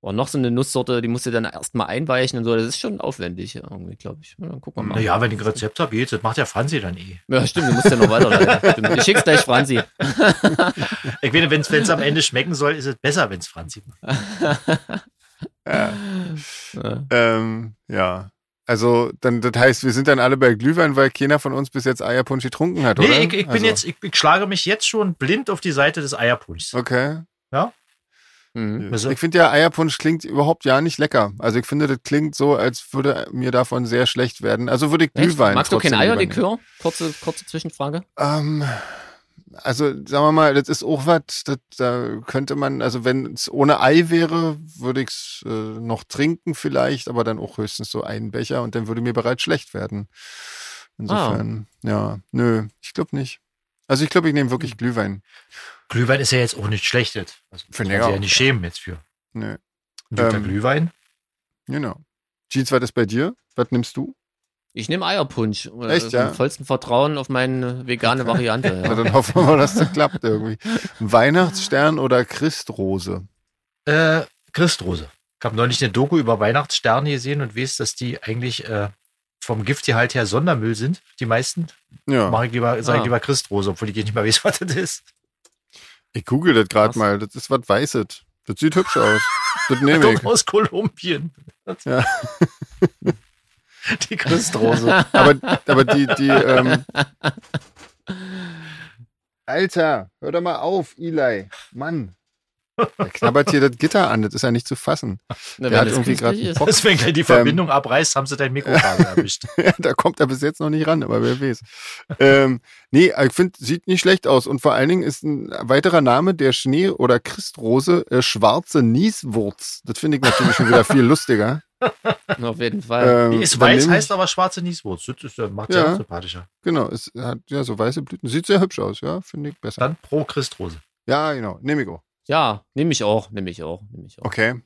oh, noch so eine Nusssorte, die musst du dann erstmal einweichen und so. Das ist schon aufwendig, ja, irgendwie, glaube ich. Ja, dann gucken wir mal.
Naja, wenn ich ein Rezept habe, geht's. Das macht ja Franzi dann eh.
Ja, stimmt, du musst ja noch weiterleiten. Stimmt. Ich schick's gleich Franzi.
Ich meine, wenn es am Ende schmecken soll, ist es besser, wenn es Franzi macht.
Äh,
Ja.
ähm, ja. Also, dann, das heißt, wir sind dann alle bei Glühwein, weil keiner von uns bis jetzt Eierpunsch getrunken hat, oder?
Nee, ich, ich, bin
also,
jetzt, ich, ich schlage mich jetzt schon blind auf die Seite des Eierpunschs.
Okay.
Mhm.
Also-
Ich finde ja, Eierpunsch klingt überhaupt ja nicht lecker. Also ich finde, das klingt so, als würde mir davon sehr schlecht werden. Also würde ich
Echt?
Glühwein
Magst du kein
trotzdem lieber
Eierlikör? Kurze, kurze Zwischenfrage.
nehmen. Ähm, also sagen wir mal, das ist auch was, das, da könnte man, also wenn es ohne Ei wäre, würde ich es äh, noch trinken vielleicht, aber dann auch höchstens so einen Becher und dann würde mir bereits schlecht werden. Insofern, ja, nö, ich glaube nicht. Also ich glaube, ich nehme wirklich Glühwein.
Glühwein ist ja jetzt auch nicht schlecht. jetzt. Also,
Finde
kann
ich
sie
auch.
ja nicht schämen jetzt für.
Nö,
Ein guter
Ähm,
Glühwein.
genau. Jeans, was ist bei dir? Was nimmst du?
Ich nehme Eierpunsch. Äh,
Echt, ja? Also,
Im vollsten Vertrauen auf meine vegane Variante.
Na,
Ja.
dann hoffen wir mal, dass das klappt irgendwie. Weihnachtsstern oder Christrose?
Äh, Christrose. Ich habe neulich eine Doku über Weihnachtssterne gesehen und weiß, dass die eigentlich äh, vom Giftgehalt her Sondermüll sind, die meisten.
Ja.
Mache ich lieber, sage
Ah.
ich lieber Christrose, obwohl ich nicht mehr weiß, was das ist.
Ich google das gerade
Was?
mal. Das ist was Weißes. Das sieht hübsch aus. Das nehme ich.
Kommt aus Kolumbien.
Ja.
Die Christrose.
Aber, aber die, die, ähm Alter, hör doch mal auf, Eli. Mann. Er knabbert hier das Gitter an, das ist ja nicht zu fassen.
Na,
Der hat
das
irgendwie gerade
künstlich
einen
ist.
Bock.
Dass, wenn gleich die Verbindung abreißt, haben sie dein Mikrofon erwischt.
da kommt er bis jetzt noch nicht ran, aber wer weiß. ähm, nee, ich finde, sieht nicht schlecht aus. Und vor allen Dingen ist ein weiterer Name der Schnee- oder Christrose äh, schwarze Nieswurz. Das finde ich natürlich schon wieder viel lustiger.
Auf jeden Fall.
Ähm,
Äh, Die ist
dann
weiß,
nehm ich-
heißt aber schwarze Nieswurz. Das ist, äh, macht
Ja.
ja sympathischer.
Genau, es hat ja so weiße Blüten. Sieht sehr hübsch aus, ja, finde ich besser.
Dann pro Christrose.
Ja, genau, nehme ich auch.
Ja, nehme ich auch, nehme ich auch, nehme ich auch.
Okay.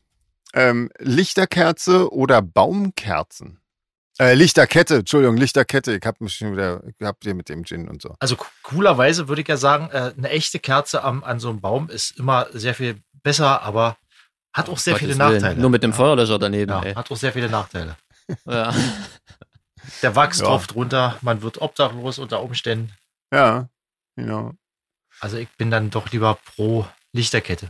Ähm, Lichterkerze oder Baumkerzen? Äh, Lichterkette, Entschuldigung, Lichterkette. Ich habe mich schon wieder, ich hab hier mit dem Gin und so.
Also co- coolerweise würde ich ja sagen, äh, eine echte Kerze am, an so einem Baum ist immer sehr viel besser, aber hat auch sehr
Gottes
viele
Willen.
Nachteile.
Nur mit dem Feuerlöscher daneben,
ja,
ey.
hat auch sehr viele Nachteile.
Ja.
Der Wachs
Ja.
drauf drunter, man wird obdachlos unter Umständen.
Ja, genau.
Also ich bin dann doch lieber pro Lichterkette.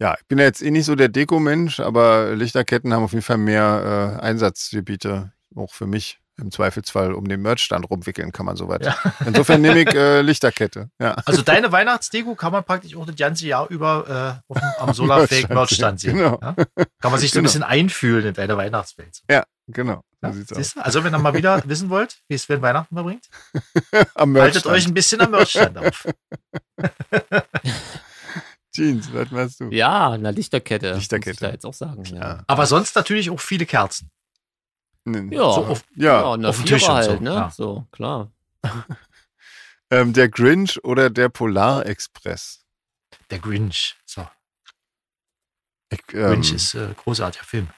Ja, ich bin ja jetzt eh nicht so der Deko-Mensch, aber Lichterketten haben auf jeden Fall mehr äh, Einsatzgebiete, auch für mich. Im Zweifelsfall um den Merchstand rumwickeln kann man soweit.
Ja.
Insofern nehme ich äh, Lichterkette. Ja.
Also deine Weihnachtsdeko kann man praktisch auch das ganze Jahr über äh, auf dem, am Solarfake Merchstand sehen.
Genau.
Ja? Kann man sich so ein
Genau.
bisschen einfühlen in deine Weihnachtswelt.
Genau, so
Ja?
sieht's aus.
Siehst du? Also wenn ihr mal wieder wissen wollt, wie es wenn Weihnachten verbringt,
Am
haltet
Merchstand.
euch ein bisschen am Merchstand auf.
Jeans, was meinst du?
Ja, eine Lichterkette.
Lichterkette.
Muss ich da jetzt auch sagen. Ja.
Klar.
Aber sonst natürlich auch viele Kerzen.
Nen-
Ja.
So auf,
Hm. ja.
und
auf
auf
dem
Tisch
Tisch und
halt,
so,
ne?
klar.
So, klar.
Ähm, der Grinch oder der Polarexpress?
der Grinch. So,
Ich, ähm,
Grinch ist äh, großartiger Film,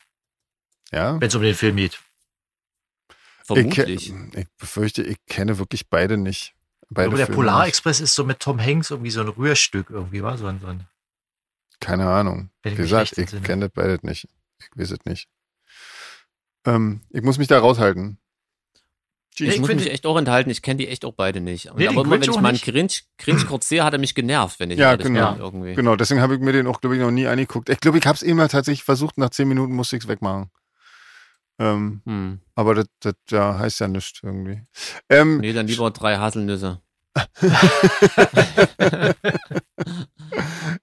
Ja.
wenn es um den Film geht.
Ich, ke-
Vermutlich.
ich befürchte, ich kenne wirklich beide nicht. Beide
Aber der
Filme nicht.
Polarexpress ist so mit Tom Hanks irgendwie so ein Rührstück irgendwie, war so ein, so ein
Keine Ahnung.
wenn
Wie
ich mich
gesagt,
recht
ich
entsinne.
kenne das beide nicht. Ich weiß es nicht. Ähm, ich muss mich da raushalten.
ich
ich
muss
finde-
mich echt auch enthalten, ich kenne die echt auch beide nicht. Und
Nee, den
aber immer,
Grinch
wenn ich
auch
mal einen
nicht.
Grinch, Grinch kurz sehe, hat er mich genervt, wenn ich
Ja,
ehrlich bin,
genau.
irgendwie.
Genau, deswegen habe ich mir den auch, glaube ich, noch nie angeguckt. Ich glaube, ich habe es eben mal tatsächlich versucht, nach zehn Minuten musste ich es wegmachen. Ähm,
Hm.
aber das, das ja, heißt ja nichts irgendwie. Ähm,
Nee, dann lieber drei Haselnüsse.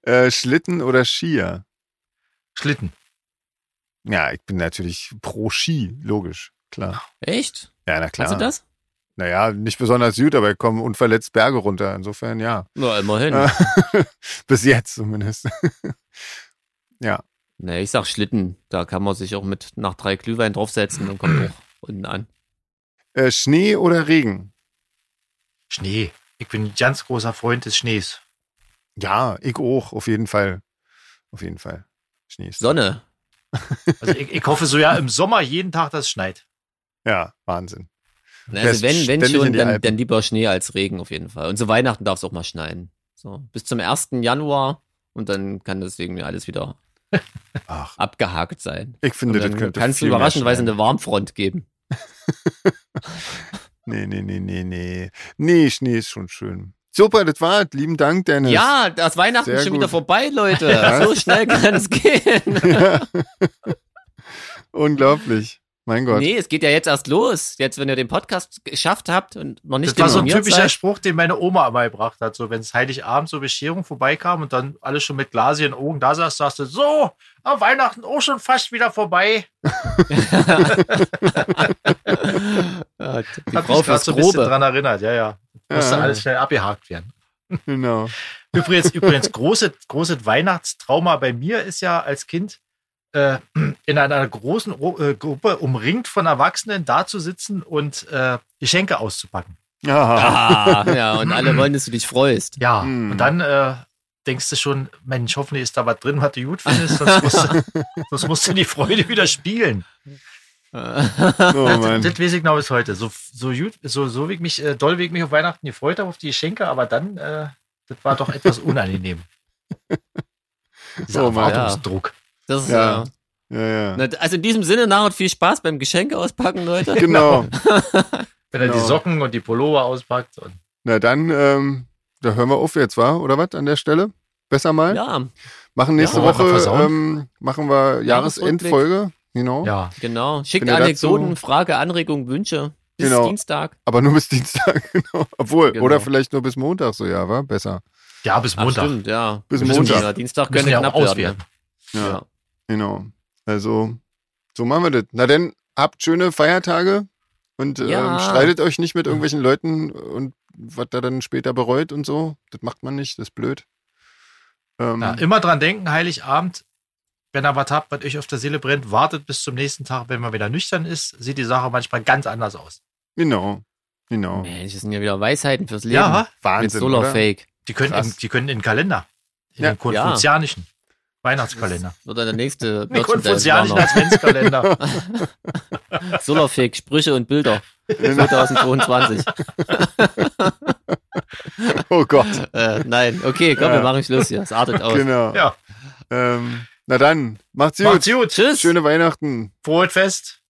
äh, Schlitten oder Skier?
Schlitten.
Ja, ich bin natürlich pro Ski, logisch, klar.
Echt?
Ja, na klar.
Kannst du das?
Naja, nicht besonders gut, aber ich komme unverletzt Berge runter. Insofern ja.
Na, immerhin.
Äh. Bis jetzt zumindest.
Nee, ich sag Schlitten. Da kann man sich auch mit nach drei Glühwein draufsetzen und kommt auch unten an.
Äh, Schnee oder Regen?
Schnee. Ich bin ein ganz großer Freund des Schnees.
Ja, ich auch, auf jeden Fall. Auf jeden Fall. Schnee ist.
Sonne.
Also ich, ich hoffe so ja im Sommer jeden Tag, dass es schneit.
Ja, Wahnsinn.
Na,
Fährst
Also wenn, wenn
ständig in
schon,
die
dann,
Alpen.
dann lieber Schnee als Regen auf jeden Fall. Und zu Weihnachten darf es auch mal schneien. So, bis zum 1. Januar und dann kann deswegen mir alles wieder
Ach,
abgehakt sein.
ich
Und
finde, das
dann
könnte.
kannst du
viel mehr
überraschenderweise
schneien.
eine Warmfront geben.
Nee, nee, nee, nee, nee. Nee, Schnee ist schon schön. Super, das war's. Lieben Dank, Dennis.
Ja, das Weihnachten
Sehr
ist schon wieder
gut. Oh
vorbei, Leute.
Ja.
So schnell kann es gehen.
Ja. Unglaublich. Mein Gott.
Nee, es geht ja jetzt erst los. Jetzt, wenn ihr den Podcast geschafft habt und noch nicht
Das war so ein
informiert
typischer
seid.
Spruch, den meine Oma immer gebracht hat. So, wenn es Heiligabend zur Bescherung vorbeikam und dann alle schon mit Glas in den Augen da saß, sagst du, so, am Weihnachten auch schon fast wieder vorbei.
Ja, Ah, die
Hat
Frau
mich grad
fürs
so ein bisschen
Grobe.
dran erinnert, ja, ja. Musste
Ja.
alles schnell abgehakt werden.
Genau.
Übrigens, übrigens, großes, großes Weihnachtstrauma bei mir ist ja als Kind äh, in einer großen Ru- äh, Gruppe umringt von Erwachsenen da zu sitzen und äh, Geschenke auszupacken.
Aha.
Ah, ja, und alle wollen, dass du dich freust.
Ja,
Hm.
und dann äh, denkst du schon, Mensch, hoffentlich ist da was drin, was du gut findest, sonst musst du, sonst musst du die Freude wieder spielen.
Oh,
das,
Mann.
das weiß ich noch bis heute. So, so, gut, so, so wie ich mich, äh, doll wie ich mich auf Weihnachten gefreut habe, auf die Geschenke, aber dann, äh, das war doch etwas unangenehm. Dieser
Oh Mann,
ja.
Erwartungsdruck.
Das ist,
Ja.
ja.
Ja, ja.
Na, Also in diesem Sinne, nachher viel Spaß beim Geschenke auspacken, Leute.
Genau.
Wenn er
Genau.
die Socken und die Pullover auspackt. Und
Na dann, ähm, da hören wir auf jetzt, war oder was an der Stelle? Besser mal.
Ja,
Machen nächste
Ja, wollen wir
Woche
versauen?
ähm, machen wir Jahresendfolge. Genau.
ja,
genau. Schickt
Wenn ihr dazu-
Anekdoten, Frage, Anregungen, Wünsche. Bis
Genau.
Dienstag.
Aber nur bis Dienstag, genau. Obwohl,
Genau.
oder vielleicht nur bis Montag so, ja, war besser.
ja, bis
Ach,
Montag.
stimmt, ja.
Bis
Müssen
Montag.
wir- Dienstag
Müssen
könnte
ja auch
knapp werden. ne?
auswerten.
Ja,
Ja.
genau. Also, so machen wir das. Na denn, habt schöne Feiertage und ähm,
Ja.
streitet euch nicht mit irgendwelchen Leuten und was da dann später bereut und so. Das macht man nicht, das ist blöd. Ähm,
Ja, immer dran denken, Heiligabend, wenn ihr was habt, was euch auf der Seele brennt, wartet bis zum nächsten Tag, wenn man wieder nüchtern ist, sieht die Sache manchmal ganz anders aus.
genau. Genau.
Mensch, das sind ja wieder Weisheiten fürs Leben.
Ja,
Mit
Wahnsinn. oder?
Solarfake.
die können,
Krass.
in, die können in den Kalender. In
Ja.
den konfuzianischen Weihnachtskalender.
Oder der nächste
Den konfuzianischen
Merchandise-Runner.
Adventskalender.
Solarfake, Sprüche und Bilder.
Genau.
2022.
Oh Gott.
äh, nein, okay, komm,
Ja.
wir machen Schluss hier. Es artet aus.
Genau.
ja,
Ähm, na dann, macht's gut.
macht's gut.
Tschüss.
Schöne Weihnachten.
Frohes Fest.